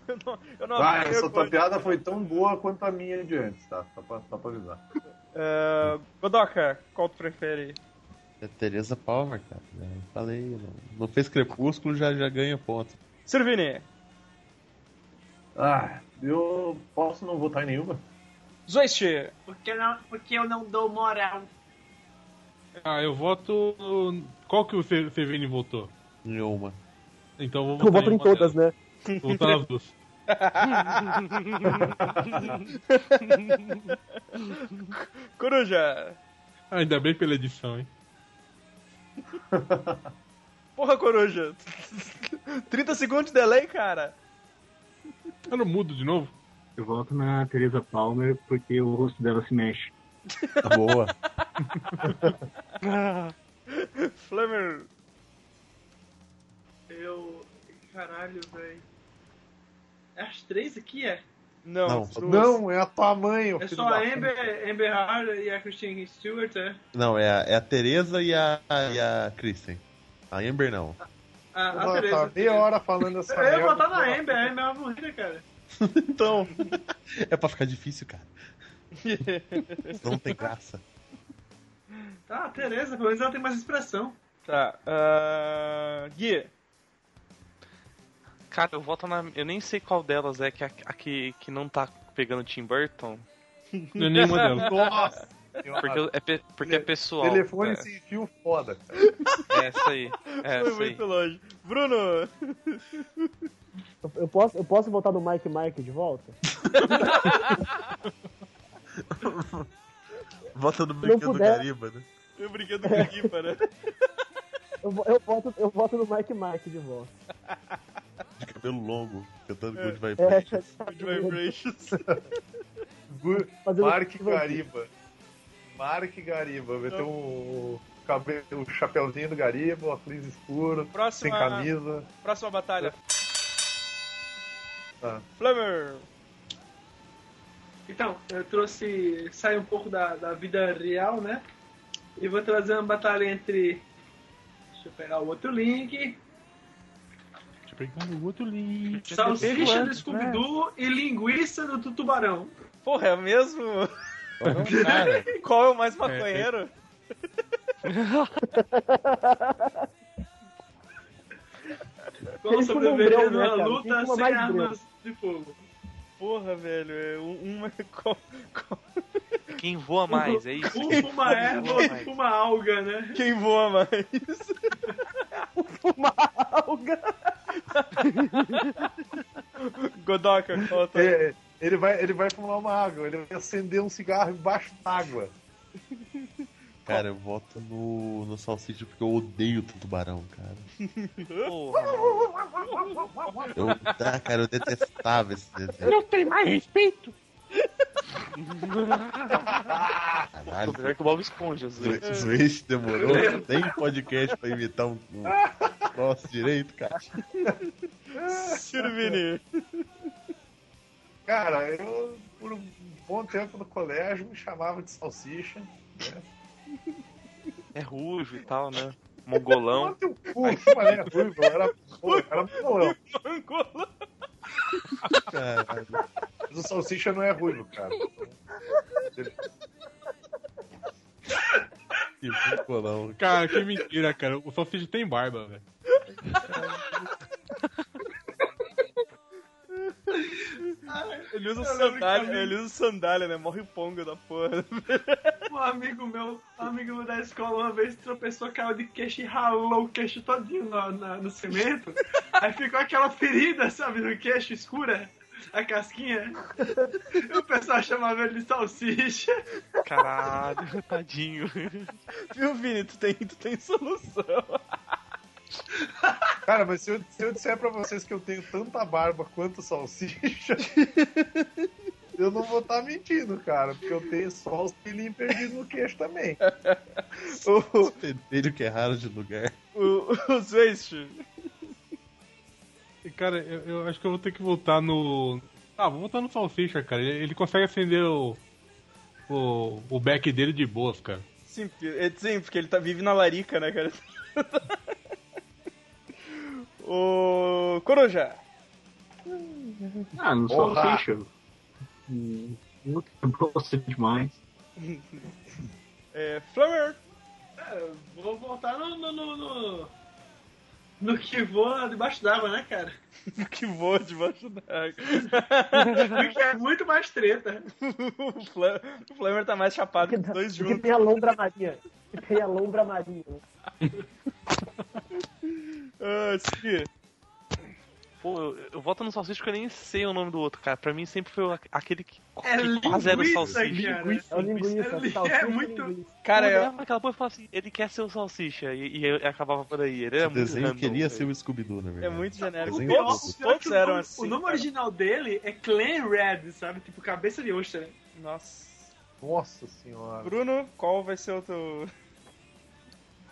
Speaker 3: Eu não- eu não
Speaker 6: Ah,
Speaker 3: abri o
Speaker 6: essa
Speaker 3: ego
Speaker 6: tua
Speaker 3: hoje.
Speaker 6: piada foi tão boa quanto a minha de antes, tá? Só pra, só pra avisar.
Speaker 3: Ah, Godoka, qual tu prefere?
Speaker 4: É Teresa Palmer, cara. né? Falei, não, não fez crepúsculo, já, já ganha ponto.
Speaker 3: Servini,
Speaker 6: Ah, eu posso não votar em nenhuma?
Speaker 3: Zoist,
Speaker 8: Porque eu não, porque eu não dou moral.
Speaker 7: Ah, eu voto. no- Qual que o C- CVN votou?
Speaker 4: Nenhuma.
Speaker 7: Então eu vou
Speaker 9: Eu voto em
Speaker 7: uma
Speaker 9: todas,
Speaker 7: delas.
Speaker 9: né?
Speaker 7: Vou votar nas duas.
Speaker 3: Coruja.
Speaker 7: Ah, Ainda bem pela edição, hein?
Speaker 3: Porra, Coruja. 30 segundos de delay, cara.
Speaker 7: Eu não mudo de novo.
Speaker 11: Eu voto na Teresa Palmer porque o rosto dela se mexe.
Speaker 4: Boa.
Speaker 3: Flamer.
Speaker 8: Eu. Caralho, velho. É as três aqui, é?
Speaker 3: Não,
Speaker 4: Não,
Speaker 3: as
Speaker 4: só
Speaker 3: duas.
Speaker 6: Não, é a tamanho.
Speaker 8: É só a Amber, Amber Hard e a Christine Stewart, é?
Speaker 4: Não, é a, é a Teresa e a, e a Kristen. A Amber não.
Speaker 8: A, a
Speaker 6: Tá
Speaker 8: Teresa.
Speaker 6: meia hora falando essa
Speaker 8: Ah, Eu ia
Speaker 6: merda.
Speaker 8: botar na Amber, a Amber é uma morrida, cara.
Speaker 3: Então.
Speaker 4: É pra ficar difícil, cara. Senão não tem graça.
Speaker 8: Tá, a Teresa, pelo menos ela tem mais expressão.
Speaker 3: Tá. ah, Gui.
Speaker 10: Cara, eu voto na. Eu nem sei qual delas é que a, a que, que não tá pegando Tim Burton.
Speaker 7: Não é nenhuma delas.
Speaker 6: Nossa!
Speaker 3: Ah.
Speaker 10: Porque eu- é, pe- porque é pessoal.
Speaker 6: Telefone
Speaker 10: é,
Speaker 6: sem fio foda, cara.
Speaker 10: é essa aí.
Speaker 3: Foi
Speaker 10: É essa aí.
Speaker 3: muito longe. Bruno.
Speaker 9: Eu- Eu posso, eu posso votar no Mike Mike de volta?
Speaker 4: Volta no brinquedo do
Speaker 9: puder.
Speaker 4: Gariba, né?
Speaker 3: Eu brinquei do Gui, né?
Speaker 9: Eu, vo- eu, voto, eu voto no Mike Mike de volta.
Speaker 4: De cabelo longo, cantando Good Vai
Speaker 9: É,
Speaker 4: Play.
Speaker 3: Good Vibrations.
Speaker 6: Bu-
Speaker 9: Fazendo-
Speaker 6: Mark Gariba. Mark Gariba. Vai ter um cabelo, um chapéuzinho do Gariba, uma fris escuro, sem
Speaker 3: Próxima,
Speaker 6: camisa.
Speaker 3: próxima batalha.
Speaker 6: Tá.
Speaker 3: Flamer.
Speaker 8: Então, eu trouxe. Sai um pouco da, da vida real, né? E vou trazer uma batalha entre. Deixa eu pegar o outro link.
Speaker 7: Deixa eu pegar né? o outro link.
Speaker 8: Salsicha do Scooby-Doo e linguiça do Tutubarão.
Speaker 3: Porra, é mesmo?
Speaker 4: Qual é
Speaker 9: um
Speaker 4: o cara?
Speaker 3: Qual é o mais maconheiro?
Speaker 8: Qual
Speaker 9: Ele foi um
Speaker 8: sobreviver numa
Speaker 9: breu, né, cara? Quem
Speaker 8: luta
Speaker 9: fuma
Speaker 8: sem
Speaker 9: mais breu?
Speaker 8: armas de fogo?
Speaker 3: Porra, velho, é um, uma. qual-
Speaker 10: Quem voa mais, é isso?
Speaker 8: Um fuma erva, outro fuma alga, né?
Speaker 3: Quem voa mais?
Speaker 9: Uma alga.
Speaker 3: Godoka, qual é o
Speaker 6: É, ele, vai, ele vai fumar uma água, ele vai acender um cigarro embaixo d'água.
Speaker 4: Cara, eu voto no, no salsicha porque eu odeio tubarão, cara.
Speaker 10: Porra, mano.
Speaker 4: Eu, ah, cara, eu detestava esse desenho.
Speaker 11: Não tem mais respeito!
Speaker 10: Tô
Speaker 4: Caralho,
Speaker 10: melhor que É o Bob Esponja, às vezes.
Speaker 4: o Switch demorou nem podcast pra imitar um, um troço direito, cara.
Speaker 3: Sirvini?
Speaker 6: Cara, eu, por um bom tempo no colégio, me chamava de salsicha.
Speaker 10: É rujo e tal, né? Mongolão.
Speaker 6: Teu cu, mané, é ruivo, eu era, pô, eu era mongolão.
Speaker 3: Angola.
Speaker 4: Caralho.
Speaker 6: Mas o salsicha não é ruivo, cara.
Speaker 4: Que vinculão.
Speaker 7: Cara, que mentira, cara. O Salsicha tem barba, velho.
Speaker 3: Ele usa
Speaker 8: Eu lembro que
Speaker 3: sandália,
Speaker 8: a
Speaker 3: ele usa sandália, né? Morre o pongo da porra.
Speaker 8: Um amigo meu, um amigo meu da escola uma vez tropeçou, caiu de queixo e ralou o queixo todinho no, na- no cimento. Aí ficou aquela ferida, sabe, no queixo escura, a casquinha. E o pessoal chamava ele de salsicha.
Speaker 10: Caralho, tadinho.
Speaker 3: Viu, Vini? Tu tem, tu tem solução.
Speaker 6: Cara, mas se eu, se eu disser pra vocês que eu tenho tanta barba quanto salsicha, eu não vou estar mentindo, cara, porque eu tenho só os pelinhos perdidos no queixo também.
Speaker 4: Os pentelhos que erraram de lugar.
Speaker 3: O, o Zwist.
Speaker 7: E, cara, eu, eu acho que eu vou ter que voltar no. Ah, vou voltar no Salsicha, cara. Ele, ele consegue acender o, o. o back dele de boas, cara.
Speaker 3: Sim, porque- é, sim, porque ele tá, vive na larica, né, cara? o Coruja.
Speaker 11: Ah, não sou
Speaker 6: Porra!
Speaker 11: salsicha. Hum, Nunca gostei demais.
Speaker 3: É, Flammer.
Speaker 8: É, vou voltar no. no, no, no... no que voa debaixo d'água, né, cara?
Speaker 3: Que voa debaixo d'água.
Speaker 8: O que é muito mais treta.
Speaker 3: o, Fla- o Flammer tá mais chapado que os dois
Speaker 9: O que
Speaker 3: juntos.
Speaker 9: tem a lombra marinha. O que tem a lombra marinha. né?
Speaker 3: Ah, sim.
Speaker 10: Pô, eu, eu voto no salsicha porque eu nem sei o nome do outro, cara. Pra mim sempre foi a- aquele que,
Speaker 8: É
Speaker 10: que quase era o
Speaker 8: linguiça,
Speaker 10: salsicha.
Speaker 8: cara.
Speaker 9: É o linguiça.
Speaker 8: Ele é
Speaker 9: salsicha e
Speaker 8: muito-
Speaker 9: linguiça.
Speaker 3: Cara,
Speaker 10: eu
Speaker 3: eu,
Speaker 10: olhava aquela porra e falava assim, ele quer ser o salsicha. E, e eu- eu acabava por aí. Ele era
Speaker 4: o
Speaker 10: É muito
Speaker 4: desenho
Speaker 10: random,
Speaker 4: queria
Speaker 10: velho.
Speaker 4: ser o Scooby-Doo, na
Speaker 3: É
Speaker 4: verdade.
Speaker 3: muito genérico.
Speaker 4: Desenho
Speaker 8: Pior-
Speaker 4: Todos-
Speaker 8: Tá, o pior é que
Speaker 3: todos
Speaker 8: o
Speaker 3: eram
Speaker 8: nome- O
Speaker 3: assim.
Speaker 8: nome
Speaker 3: cara.
Speaker 8: original dele é Clan Red, sabe? Tipo, cabeça de ostra.
Speaker 3: Nossa.
Speaker 6: Nossa senhora.
Speaker 3: Bruno, qual vai ser o teu.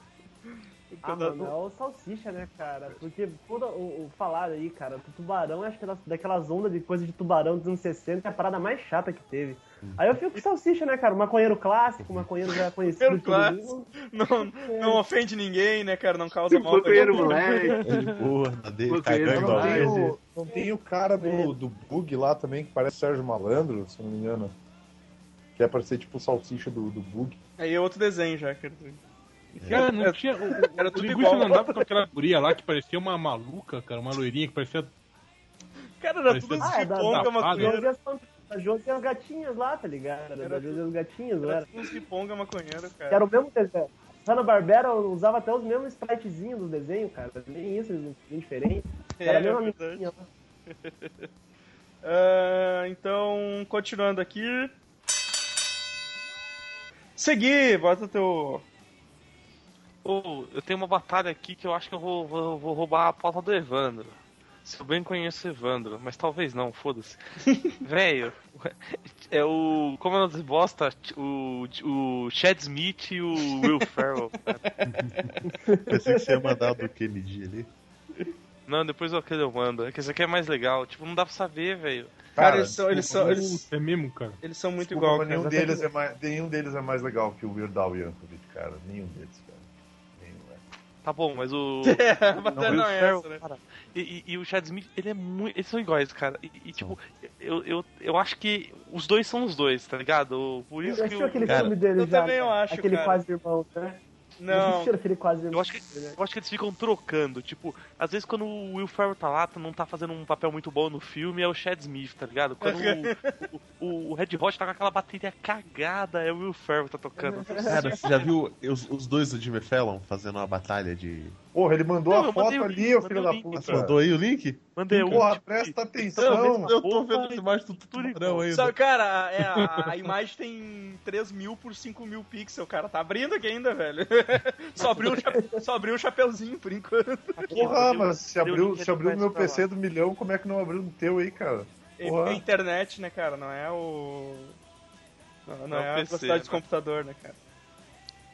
Speaker 3: o teu
Speaker 9: Ah,
Speaker 3: da-
Speaker 9: mano, é o salsicha, né, cara? Porque toda o, o falar aí, cara, do tubarão, acho que das- daquelas ondas de coisa de tubarão dos anos 60 é a parada mais chata que teve. Aí eu fico com salsicha, né, cara? O maconheiro clássico, o maconheiro já conhecido.
Speaker 3: Maconheiro clássico. Não, não ofende ninguém, né, cara? Não causa mal. pra
Speaker 11: Maconheiro
Speaker 3: ninguém.
Speaker 11: moleque.
Speaker 4: É de boa, na dele,
Speaker 11: Vou querer
Speaker 4: cagando
Speaker 11: não
Speaker 4: a
Speaker 11: vai.
Speaker 4: lei.
Speaker 6: Tem o- não tem o cara do, do bug lá também, que parece Sérgio Malandro, se não me engano. Que é pra ser tipo o salsicha do, do bug.
Speaker 3: Aí é outro desenho já, cara.
Speaker 7: Cara, não tinha. O, o,
Speaker 3: Era
Speaker 7: o
Speaker 3: tudo
Speaker 7: linguiça
Speaker 3: igual.
Speaker 7: não andava com aquela guria lá que parecia uma maluca, cara, uma loirinha que parecia.
Speaker 3: Cara, era
Speaker 7: Parecia-
Speaker 3: tudo
Speaker 9: Ah, é da-
Speaker 3: riponga,
Speaker 7: da-
Speaker 3: maconheiro.
Speaker 9: Josi e as fan- da Josi e as gatinhas lá, tá ligado? Era da Josi e as gatinhas, não
Speaker 3: Era
Speaker 9: era?
Speaker 3: tudo uns riponga, maconheiro,
Speaker 9: Que
Speaker 3: cara.
Speaker 9: era o mesmo desenho. Hanna-Barbera usava até os mesmos spritezinhos do desenho, cara. Nem isso, eles não faziam diferente. Era
Speaker 3: É,
Speaker 9: a mesma
Speaker 3: é verdade.
Speaker 9: amiguinha lá.
Speaker 3: Ah, então, continuando aqui. Segui, bota teu.
Speaker 10: Pô, eu tenho uma batalha aqui que eu acho que eu vou, vou- vou roubar a pauta do Evandro. Se eu bem conheço o Evandro, mas talvez não, foda-se. Velho, é o. Como é o nome desse bosta? O, o Chad Smith e o Will Ferrell. cara.
Speaker 4: Pensei que você ia mandar o do Kennedy ali.
Speaker 10: Não, depois eu, eu mando. É que esse aqui é mais legal. Tipo, não dá pra saber, velho.
Speaker 3: Cara,
Speaker 6: Cara,
Speaker 3: eles são, eles são, eles,
Speaker 7: Puta, é mesmo, cara.
Speaker 3: eles são muito
Speaker 6: Desculpa,
Speaker 3: igual, um
Speaker 6: mas
Speaker 3: cara.
Speaker 6: nenhum deles, é mais, nenhum deles é mais legal que o Weird Al Yankovic, cara. Nenhum deles, cara. Nenhum, é.
Speaker 10: Tá bom, mas o.
Speaker 3: É,
Speaker 10: o-
Speaker 3: mas
Speaker 10: o
Speaker 3: não é
Speaker 10: Will
Speaker 3: essa,
Speaker 10: Ferrell,
Speaker 3: né?
Speaker 10: cara, e, e- e o Chad Smith, ele é muito. Eles são iguais, cara. E, e, tipo, eu, eu, eu acho que os dois são os dois, tá ligado? Por isso
Speaker 9: Eu
Speaker 10: que
Speaker 9: assisti
Speaker 10: o-
Speaker 9: aquele filme dele já. cara. Aquele quase irmão, né? Vocês assistiram aquele quase irmão.
Speaker 10: Eu acho, que, eu acho que eles ficam trocando. Tipo, às vezes quando o Will Ferrell tá lá, não tá fazendo um papel muito bom no filme, é o Chad Smith, tá ligado? Quando o, o, o Red Hot tá com aquela bateria cagada, é o Will Ferrell tá tocando.
Speaker 4: Cara, você já viu os, os dois do Jimmy Fallon fazendo uma batalha de.
Speaker 6: Porra, ele mandou
Speaker 10: Não,
Speaker 6: a
Speaker 10: eu mandei
Speaker 6: foto
Speaker 10: o
Speaker 6: ali,
Speaker 10: link,
Speaker 6: ô filho
Speaker 10: mandei o link,
Speaker 6: da
Speaker 10: Então,
Speaker 6: puta.
Speaker 4: Você mandou aí o link?
Speaker 10: Mandei um. o
Speaker 6: Porra,
Speaker 10: link.
Speaker 6: presta
Speaker 4: Não,
Speaker 6: atenção,
Speaker 4: mas eu
Speaker 6: mano.
Speaker 4: tô vendo as imagens do tubarão aí.
Speaker 3: Só, cara, é, a, a imagem tem 3 mil por 5 mil pixels, cara. Tá abrindo aqui ainda, velho. Só abriu o, cha- só abriu o chapeuzinho por enquanto.
Speaker 6: Porra,
Speaker 10: Mandei o-
Speaker 6: mas se
Speaker 10: mandei o
Speaker 6: abriu,
Speaker 10: link,
Speaker 6: se abriu
Speaker 10: vai
Speaker 6: no meu
Speaker 10: pra lá.
Speaker 6: PC do milhão, como é que não abriu no teu aí, cara?
Speaker 3: É
Speaker 6: Porra.
Speaker 3: é internet, né, cara? Não é o. Não, não
Speaker 10: Não é o
Speaker 3: é, a
Speaker 10: PC,
Speaker 3: velocidade de
Speaker 10: né?
Speaker 3: computador, né, cara?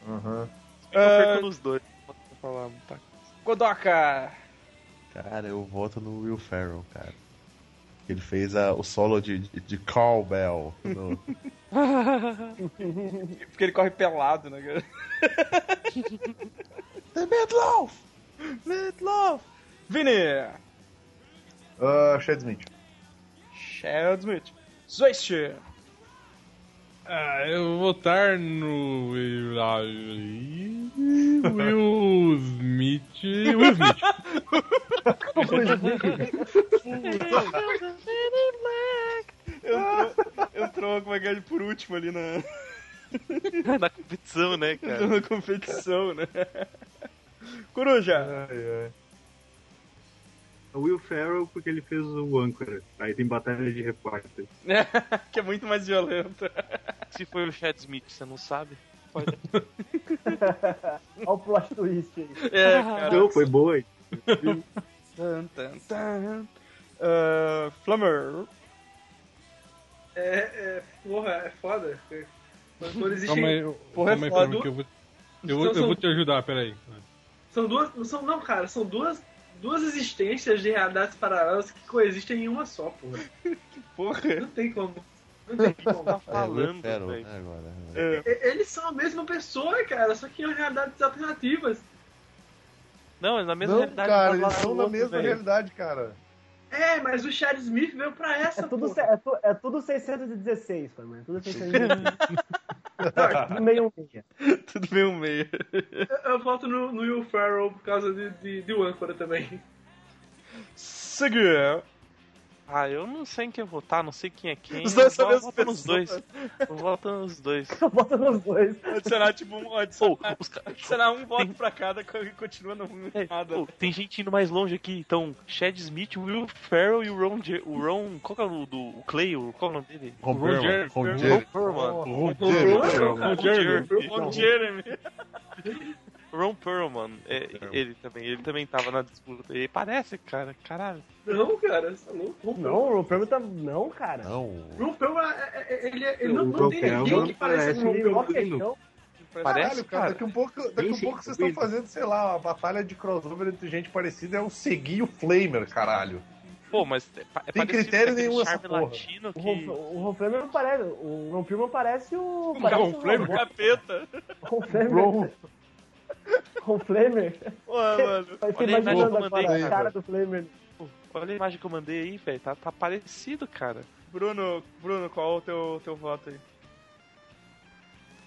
Speaker 6: Aham. tá
Speaker 10: Ficam
Speaker 3: Ah.
Speaker 10: percando os dois. Vou falar, tá.
Speaker 3: Godoka!
Speaker 4: Cara, eu voto no Will Ferrell, cara. Ele fez a- o solo de, de, de Cowbell. no-
Speaker 3: Porque ele corre pelado, né, cara?
Speaker 11: É
Speaker 4: The Meatloaf!
Speaker 3: Meatloaf! Vini!
Speaker 6: Ah, Chad Smith.
Speaker 3: Shad Smith! Zwist!
Speaker 7: Ah, eu vou votar no. Will Smith. Will Smith.
Speaker 3: Entrou com a guerra por último ali na,
Speaker 10: Na competição, né,
Speaker 11: É.
Speaker 10: cara?
Speaker 3: na competição, né? Coruja!
Speaker 6: Ai, ai.
Speaker 11: É O Will Ferrell, porque ele fez o âncora. Aí tem batalha de repórter.
Speaker 3: que é muito mais violento.
Speaker 10: Se foi o Chad Smith, você não sabe.
Speaker 9: Olha o plot twist aí.
Speaker 3: É, cara.
Speaker 11: Não, Então, foi boa. hein?
Speaker 3: Tan, tan, tan. Ah, Flammer.
Speaker 8: É, é, porra, é foda. Mas quando existem.
Speaker 7: Calma aí, eu-
Speaker 3: Porra, é
Speaker 7: calma aí
Speaker 3: foda.
Speaker 7: pra mim que eu vou. Eu vou, eu vou te ajudar, peraí.
Speaker 8: São duas. Não são, não, cara, são duas. Duas existências de realidades paralelas que coexistem em uma só, porra.
Speaker 3: Porra.
Speaker 8: Não tem como. Não tem como.
Speaker 4: É, Will
Speaker 10: Falando,
Speaker 4: Ferrell,
Speaker 10: velho.
Speaker 4: né, agora.
Speaker 3: É.
Speaker 8: E- Eles são a mesma pessoa, cara, só que em realidades alternativas.
Speaker 10: Não, é na mesma
Speaker 6: Não,
Speaker 10: realidade.
Speaker 6: cara,
Speaker 10: tá lá
Speaker 6: eles
Speaker 10: no
Speaker 6: estão na
Speaker 10: outro,
Speaker 6: mesma
Speaker 10: velho.
Speaker 6: realidade, cara.
Speaker 8: É, mas o Chad Smith veio pra essa,
Speaker 9: É tudo,
Speaker 8: porra.
Speaker 9: se- é, tu, é tudo 616, Flamengo. É tudo 616. Não, é tudo meio meia.
Speaker 3: Tudo bem um meio.
Speaker 8: Eu voto no, no Will Ferrell por causa de, de, de âncora também.
Speaker 3: Segura.
Speaker 10: Ah, eu não sei em quem votar, não sei quem é quem.
Speaker 3: Os dois
Speaker 10: eu
Speaker 3: são
Speaker 10: vo-
Speaker 3: a mesma
Speaker 10: voto nos
Speaker 3: pessoa.
Speaker 10: dois. Eu voto nos dois.
Speaker 9: Eu boto nos dois.
Speaker 3: Adicionar tipo um.
Speaker 10: Ou,
Speaker 3: Adicionar,
Speaker 10: os ca-
Speaker 3: adicionar um voto pra cada co- e continua no
Speaker 10: É,
Speaker 3: nada.
Speaker 10: ô, tem gente indo mais longe aqui, então Chad Smith, Will Ferrell e o Ron, Je- o Ron, qual que é o do o Clay, o- qual é o nome dele?
Speaker 4: Ron Perlman,
Speaker 7: Roger-
Speaker 4: Ron
Speaker 10: Ron
Speaker 4: Jeremy.
Speaker 10: Perlman.
Speaker 4: Ron
Speaker 8: O
Speaker 4: Jeremy.
Speaker 8: Ron-
Speaker 7: Roger,
Speaker 3: Bom Jeremy.
Speaker 10: Ron Perlman, é, ele também, ele também tava na disputa. E parece, cara, caralho.
Speaker 8: Não, cara, você tá louco.
Speaker 9: Não, o Ron Perlman tá. Não, cara.
Speaker 4: Não.
Speaker 8: Ron Perlman, é- é- é- ele, é- ele não,
Speaker 11: O
Speaker 8: não
Speaker 11: Ron
Speaker 8: tem
Speaker 11: Perlman
Speaker 8: ninguém que um pareça
Speaker 11: parece um
Speaker 8: com o Ron
Speaker 9: Ele mó
Speaker 8: Perlman.
Speaker 9: queixão.
Speaker 10: Parece,
Speaker 6: Caralho, cara,
Speaker 10: cara.
Speaker 6: daqui um pouco, daqui um
Speaker 11: Esse
Speaker 6: pouco vocês estão
Speaker 11: Will.
Speaker 6: fazendo, sei lá, uma batalha de crossover entre gente parecida é o Seguinho Flamer, caralho.
Speaker 10: Pô, mas é, pa- é
Speaker 6: Tem
Speaker 10: parecido
Speaker 6: critério
Speaker 10: com aquele
Speaker 6: nenhum essa
Speaker 10: charme
Speaker 6: porra.
Speaker 10: latino
Speaker 9: O
Speaker 10: que...
Speaker 9: Ron- O Ron Perlman parece. O Ron Perlman parece o.
Speaker 3: Um
Speaker 9: parece
Speaker 3: Ron Flamer
Speaker 9: robô.
Speaker 3: capeta.
Speaker 9: O Ron
Speaker 6: É um
Speaker 9: Flamer. Ron Flamer.
Speaker 3: Pô, mano.
Speaker 9: Eu fiquei
Speaker 10: Olha a imagem
Speaker 9: imaginando
Speaker 10: que eu mandei,
Speaker 9: agora a
Speaker 6: cara.
Speaker 9: cara do Flamer.
Speaker 10: Olha a imagem que eu mandei aí, velho, tá, tá parecido, cara.
Speaker 3: Bruno, Bruno, qual o teu, teu voto aí?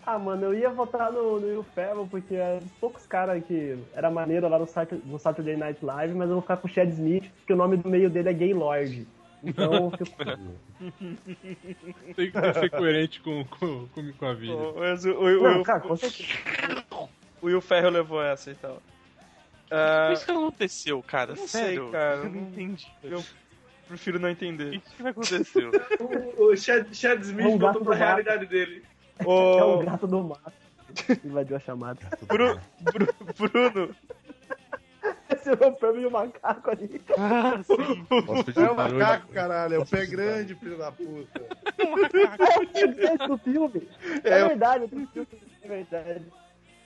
Speaker 9: Ah, mano, eu ia votar no, no Will Ferrell porque é poucos caras que era maneiro lá no Satur- no Saturday Night Live, mas eu vou ficar com o Chad Smith, porque o nome do meio dele é Gaylord. Então, eu fico...
Speaker 7: tem que ser coerente com, com, com com a vida.
Speaker 3: O- mas o- o-
Speaker 9: Não,
Speaker 3: o-
Speaker 9: cara, com certeza.
Speaker 3: O Will Ferro levou essa então. e tal. Ah,
Speaker 10: Por isso que aconteceu, cara,
Speaker 3: não sei,
Speaker 10: sério.
Speaker 3: cara,
Speaker 10: Eu
Speaker 3: não-
Speaker 10: não entendi.
Speaker 3: eu prefiro não entender.
Speaker 10: O que que aconteceu?
Speaker 8: O, o Chad, Chad Smith
Speaker 9: É um gato
Speaker 8: voltou pra
Speaker 9: do mato.
Speaker 8: realidade dele.
Speaker 9: É
Speaker 3: Ô,
Speaker 9: o gato do mato. Invadiu a chamada.
Speaker 3: Bru- Bru- Bruno,
Speaker 9: Esse é o Ferrell e o macaco ali.
Speaker 4: Posso pedir
Speaker 6: É
Speaker 4: um
Speaker 6: o
Speaker 4: barulho?
Speaker 6: macaco, caralho, é o pé grande, filho da puta.
Speaker 9: É do filme. É,
Speaker 3: É, eu-
Speaker 9: verdade, é do filme. É verdade.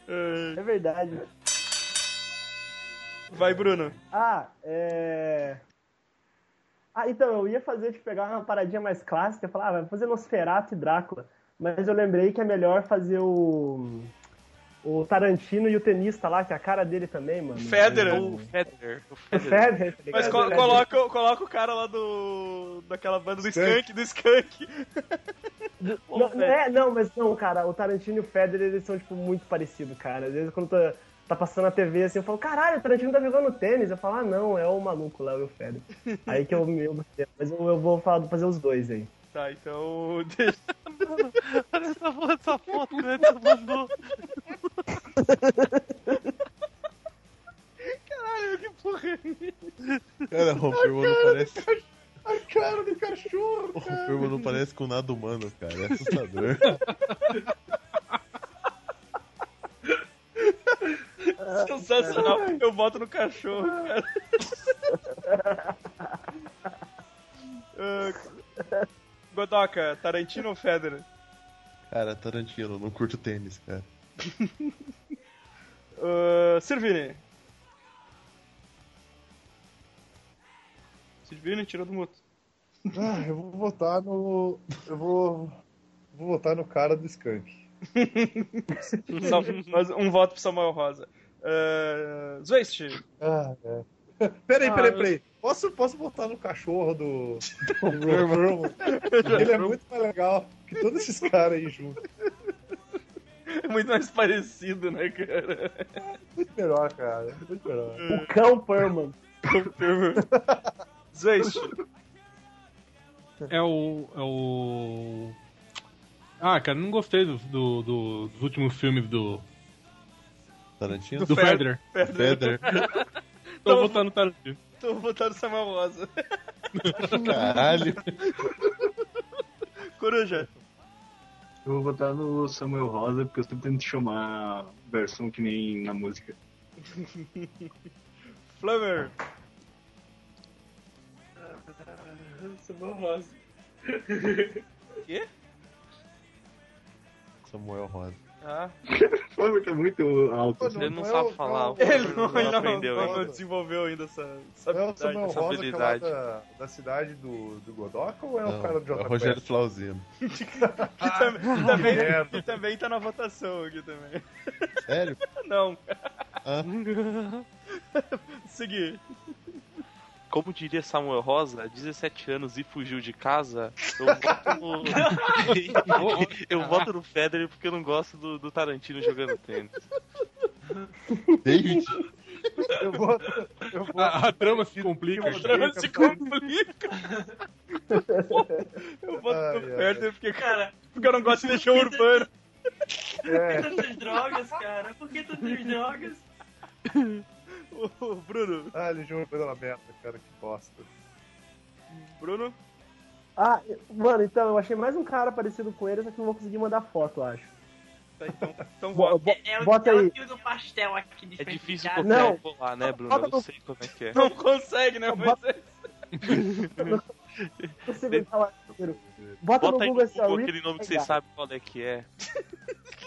Speaker 3: eh,
Speaker 9: É verdade.
Speaker 3: vai Bruno.
Speaker 9: Ah, é. Ah, então, eu ia fazer de pegar uma paradinha mais clássica, eu falava, ah, vai fazer Nosferatu e Drácula. Mas eu lembrei que é melhor fazer o. O O Tarantino e o tenista lá, que é a cara dele também, mano.
Speaker 3: Federer.
Speaker 9: O
Speaker 10: Federer. O
Speaker 9: Federer. tá
Speaker 3: Mas
Speaker 9: ligado?
Speaker 3: co-
Speaker 9: Ele é-
Speaker 3: coloca, coloca o cara lá do. daquela banda do
Speaker 9: Skank.
Speaker 3: Skunk, do Skunk.
Speaker 9: Não, não é, não, mas não, cara, o Tarantino e o Federer, eles são, tipo, muito parecidos, cara. Às vezes, quando tá, tá passando na TV, assim, eu falo, caralho, o Tarantino tá jogando tênis. Eu falo, ah, não, é o maluco lá, o Will Federer. Aí que eu me... eu- Mas eu, eu vou falar, fazer os dois aí.
Speaker 3: Tá, então. deixa-
Speaker 10: Olha essa foto, essa foto que o Edson mandou.
Speaker 3: Caralho, que porra é isso?
Speaker 4: Cara, o Firmino parece,
Speaker 2: A cara do cachorro,
Speaker 4: o Firmino parece com nada humano, cara. É assustador.
Speaker 3: Sensacional. Eu voto no cachorro, cara. Ah, Godoka, Tarantino ou Federer?
Speaker 4: Cara, Tarantino, não curto tênis, cara.
Speaker 3: Uh, Sirvini. Sirvini tirou do muto.
Speaker 6: Ah, eu vou votar no. Eu vou. Vou votar no cara do Skank.
Speaker 3: Só- mas um voto pro Samuel Rosa. Uh, Zwist.
Speaker 6: Ah, é. Peraí,
Speaker 3: Ah,
Speaker 6: peraí,
Speaker 3: eu-
Speaker 6: peraí. Posso, posso botar no cachorro do. do Bruno? Ele é muito mais legal que todos esses caras aí juntos.
Speaker 3: É muito mais parecido, né, cara?
Speaker 6: Muito melhor, cara. Muito melhor.
Speaker 9: O cão Perman.
Speaker 3: Zwist.
Speaker 7: É o. É o. Ah, cara, não gostei do, do- do- dos últimos filmes do.
Speaker 4: Tarantino?
Speaker 7: Do Federer.
Speaker 4: Federer.
Speaker 7: Então eu vou botar no Tarantino.
Speaker 3: Tô votando Samuel Rosa.
Speaker 4: Caralho.
Speaker 3: Coruja.
Speaker 11: Eu vou votar no Samuel Rosa, porque eu sempre tento chamar versão que nem na música.
Speaker 3: Flamer.
Speaker 8: Samuel Rosa.
Speaker 3: Quê?
Speaker 4: Samuel Rosa.
Speaker 3: Ah.
Speaker 11: Foi que é muito alto.
Speaker 6: Pô, não-
Speaker 10: Ele não
Speaker 6: é
Speaker 10: sabe
Speaker 6: o-
Speaker 10: falar,
Speaker 6: é o-
Speaker 3: Ele não,
Speaker 10: Não
Speaker 3: ele não,
Speaker 10: aprendeu
Speaker 3: não
Speaker 10: ainda.
Speaker 3: desenvolveu ainda essa, essa
Speaker 6: É o
Speaker 3: habilidade.
Speaker 6: Samuel
Speaker 10: essa
Speaker 6: Rosa que é lá
Speaker 10: habilidade.
Speaker 6: da, da cidade do, do Godoka ou é
Speaker 4: Não,
Speaker 6: o cara do
Speaker 4: é
Speaker 6: JP?
Speaker 4: o Rogério Flauzino.
Speaker 3: Que, tam- que também,
Speaker 6: merda.
Speaker 3: que também tá na votação aqui também.
Speaker 4: Sério?
Speaker 3: Não,
Speaker 4: Ah,
Speaker 3: seguir.
Speaker 10: Como diria Samuel Rosa, 17 anos e fugiu de casa, eu voto no. eu voto no Federer porque eu não gosto do, do Tarantino jogando tênis.
Speaker 4: David.
Speaker 6: Eu vou. Eu vou
Speaker 7: A, a trama se complica.
Speaker 6: Eu vou-
Speaker 7: cara.
Speaker 3: Se complica. Eu voto
Speaker 6: Ai,
Speaker 3: no
Speaker 10: É.
Speaker 6: ai.
Speaker 3: Federer porque,
Speaker 8: Cara,
Speaker 3: porque eu não gosto tá de deixar o urbano.
Speaker 8: por
Speaker 6: é,
Speaker 8: que tantas drogas, cara? Por que tantas drogas?
Speaker 3: Ô, ô, Bruno.
Speaker 6: ah, ele jogou coisa na merda, cara, que bosta.
Speaker 3: Bruno?
Speaker 9: Ah, mano, então, eu achei mais um cara parecido com ele, só que não vou conseguir mandar foto, eu acho.
Speaker 3: Tá, então, então
Speaker 9: Bo-
Speaker 3: vota.
Speaker 9: bo-
Speaker 8: É, é, o-
Speaker 9: Bota
Speaker 8: é o
Speaker 9: aí.
Speaker 8: tio do pastel aqui de
Speaker 10: É
Speaker 8: frente de
Speaker 10: difícil
Speaker 8: casa.
Speaker 10: copiar
Speaker 9: Não.
Speaker 10: e colar, né, Bruno?
Speaker 9: Bota
Speaker 10: Eu não
Speaker 9: no-
Speaker 10: sei como é que é.
Speaker 3: Não consegue, né? Mas é-
Speaker 9: Eu sei que ele fala primeiro. Bota,
Speaker 10: Bota
Speaker 9: no
Speaker 10: aí
Speaker 9: Google
Speaker 10: no
Speaker 9: assim, ó,
Speaker 10: Google
Speaker 9: really,
Speaker 10: aquele nome que
Speaker 9: high
Speaker 10: vocês
Speaker 9: guy.
Speaker 10: sabem qual é que é.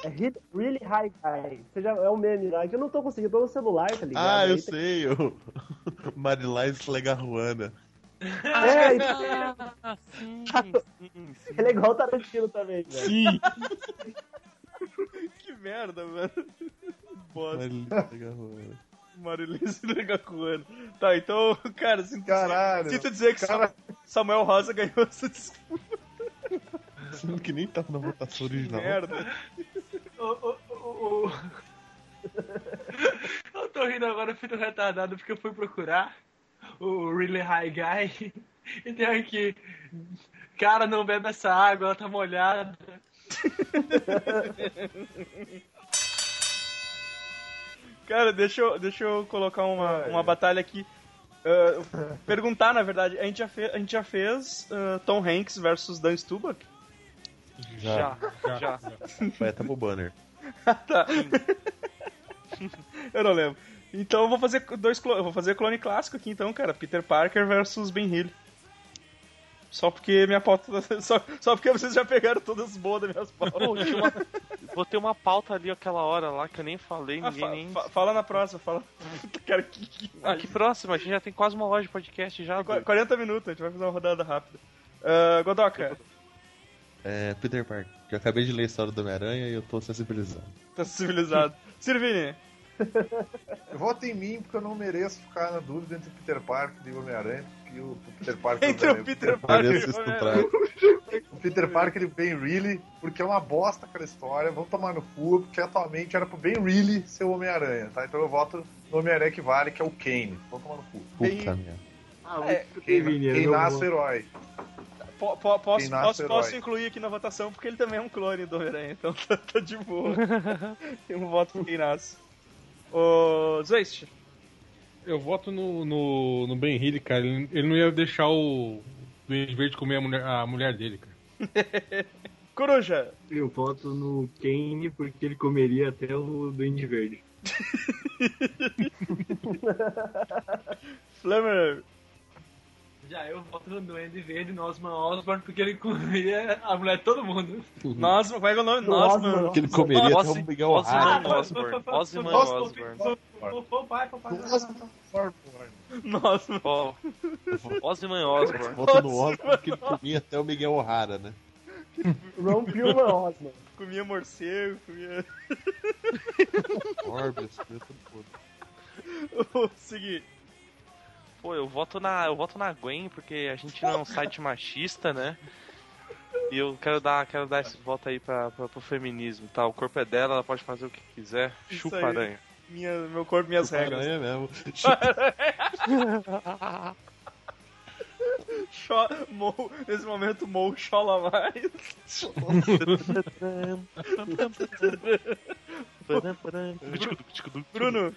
Speaker 9: É really, really high guy. Você já, é um meme lá, que eu não tô conseguindo, eu tô no celular, tá ligado?
Speaker 4: Ah, eu
Speaker 9: Aí tem-
Speaker 4: sei. O... Marilais Legarruana.
Speaker 9: É, ele-
Speaker 10: Ah, sim, sim, sim.
Speaker 9: ele é igual o Tarantino também, velho.
Speaker 3: Que merda, mano. Bosta.
Speaker 4: Marilais Legarruana.
Speaker 3: Marilise Negacuano. Tá, então, cara, sinto,
Speaker 6: Caralho.
Speaker 3: sinto dizer que
Speaker 6: Cara-
Speaker 3: Samuel Rosa ganhou essa dis-
Speaker 4: Sendo que nem tava na votação original.
Speaker 3: merda.
Speaker 8: Ô, ô, ô, ô. Eu tô rindo agora, eu fui tão retardado porque eu fui procurar o Really High Guy e tem aqui. Cara, não bebe essa água, ela tá molhada.
Speaker 3: Cara, deixa eu, deixa eu colocar uma, uma batalha aqui. Ah, perguntar, na verdade, a gente já fez, a gente já fez ah, Tom Hanks versus Dan Stubach?
Speaker 10: Já, já.
Speaker 4: Vai até pro banner.
Speaker 3: Tá. eu não lembro. Então eu vou fazer dois clo- eu vou fazer clone clássico aqui então, cara. Peter Parker versus Ben Hill. Só porque minha pauta. tá Só, só porque vocês já pegaram todas boas das minhas pautas.
Speaker 10: Pô, tinha uma... Botei uma pauta ali aquela hora lá que eu nem falei,
Speaker 3: Ah,
Speaker 10: ninguém
Speaker 3: fa-
Speaker 10: nem.
Speaker 3: fa- fala na próxima, fala. Cara, que, que
Speaker 10: Aqui próximo, a gente já tem quase uma loja de podcast já.
Speaker 3: Qu-
Speaker 10: doido.
Speaker 3: 40 minutos, a gente vai fazer uma rodada rápida. Ah, Godoka,
Speaker 4: É, Peter Parker. Eu acabei de ler a história do Homem-Aranha e eu tô sensibilizando.
Speaker 3: tá civilizado. Sirvini.
Speaker 6: Vota em mim porque eu não mereço ficar na dúvida entre o Peter Parker e o Homem-Aranha. porque o Peter Parker
Speaker 3: Entre
Speaker 6: também-
Speaker 3: o Peter Parker e o Homem-Aranha.
Speaker 6: O Peter Parker e o Ben Reilly, porque é uma bosta aquela história. Vão tomar no cu, porque atualmente era pro Ben Reilly ser o Homem-Aranha, tá? Então eu voto no Homem-Aranha que vale, que é o Kane. Vão tomar no cu.
Speaker 4: Puta merda.
Speaker 6: Ah,
Speaker 3: É,
Speaker 6: Kane, Kane nasce herói.
Speaker 3: Po- po- posso,
Speaker 6: Quem nasce
Speaker 3: posso,
Speaker 6: herói.
Speaker 3: posso incluir aqui na votação, porque ele também é um clone do Homem-Aranha, então tá, tá de boa. Tem um voto pro quem nasce. Ô, Zeist.
Speaker 7: Eu voto no, no, no Ben Hill, cara. Ele, ele não ia deixar o Duende Verde comer a mulher, a mulher dele, cara.
Speaker 3: Coruja!
Speaker 11: Eu voto no Kane porque ele comeria até o Duende Verde.
Speaker 3: Flammer.
Speaker 8: Já eu voto no Duende Verde, no Osman Osborn, porque ele comia a mulher de todo mundo.
Speaker 3: Nossa, como é que é o nome?
Speaker 8: Do Osman.
Speaker 3: Nossa,
Speaker 8: Que ele comeria
Speaker 10: um
Speaker 8: até o Miguel O'Hara.
Speaker 10: Osman
Speaker 8: Osborn.
Speaker 10: Osborn.
Speaker 8: Papai, papai.
Speaker 3: Nossa.
Speaker 10: Ó, Osman Osborn.
Speaker 4: Volta no Osborn que ele comia até o Miguel O'Hara, né?
Speaker 9: Ron Pilman Osman.
Speaker 3: Comia morcego, comia.
Speaker 4: Morbius, comia é tudo. foda.
Speaker 3: Seguinte.
Speaker 10: Pô, eu voto na, eu voto na Gwen porque a gente não é um site machista, né? E eu quero dar, quero dar esse voto aí pra, pra, pro feminismo, tá? O corpo é dela, ela pode fazer o que quiser.
Speaker 3: Isso
Speaker 10: Chupa
Speaker 3: aí.
Speaker 10: aranha.
Speaker 3: Minha, meu corpo, minhas
Speaker 10: Chupa
Speaker 3: regras.
Speaker 4: né?
Speaker 10: aranha
Speaker 4: mesmo.
Speaker 3: Cho... Mo... Nesse momento, Mo chola mais. Bruno.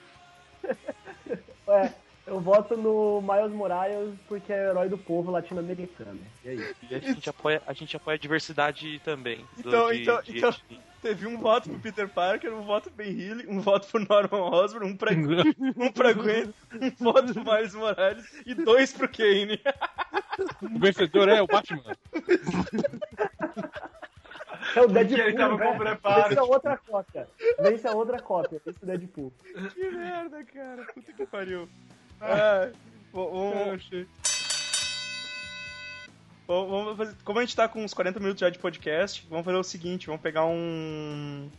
Speaker 9: Ué, É, eu voto no Miles Morales porque é herói do povo latino-americano. E é aí?
Speaker 10: E a gente apoia, a gente apoia a diversidade também. do-
Speaker 3: Então,
Speaker 10: de-
Speaker 3: então,
Speaker 10: de-
Speaker 3: então, teve um voto pro Peter Parker, um voto pro Ben Healy, um voto pro Norman Osborn, um pra, um pra Gwen, um voto pro Miles Morales e dois pro Kane.
Speaker 7: O vencedor é o Batman.
Speaker 9: É o
Speaker 3: Porque
Speaker 9: Deadpool.
Speaker 3: ele tava
Speaker 9: né?
Speaker 3: com preparo.
Speaker 9: Vence a outra cópia. Vence a outra cópia. Vence o Deadpool.
Speaker 3: Que merda, cara. Puta que pariu. Ah, um... Bom, vamos fazer- Como a gente tá com uns 40 minutos já de podcast, vamos fazer o seguinte, vamos pegar um...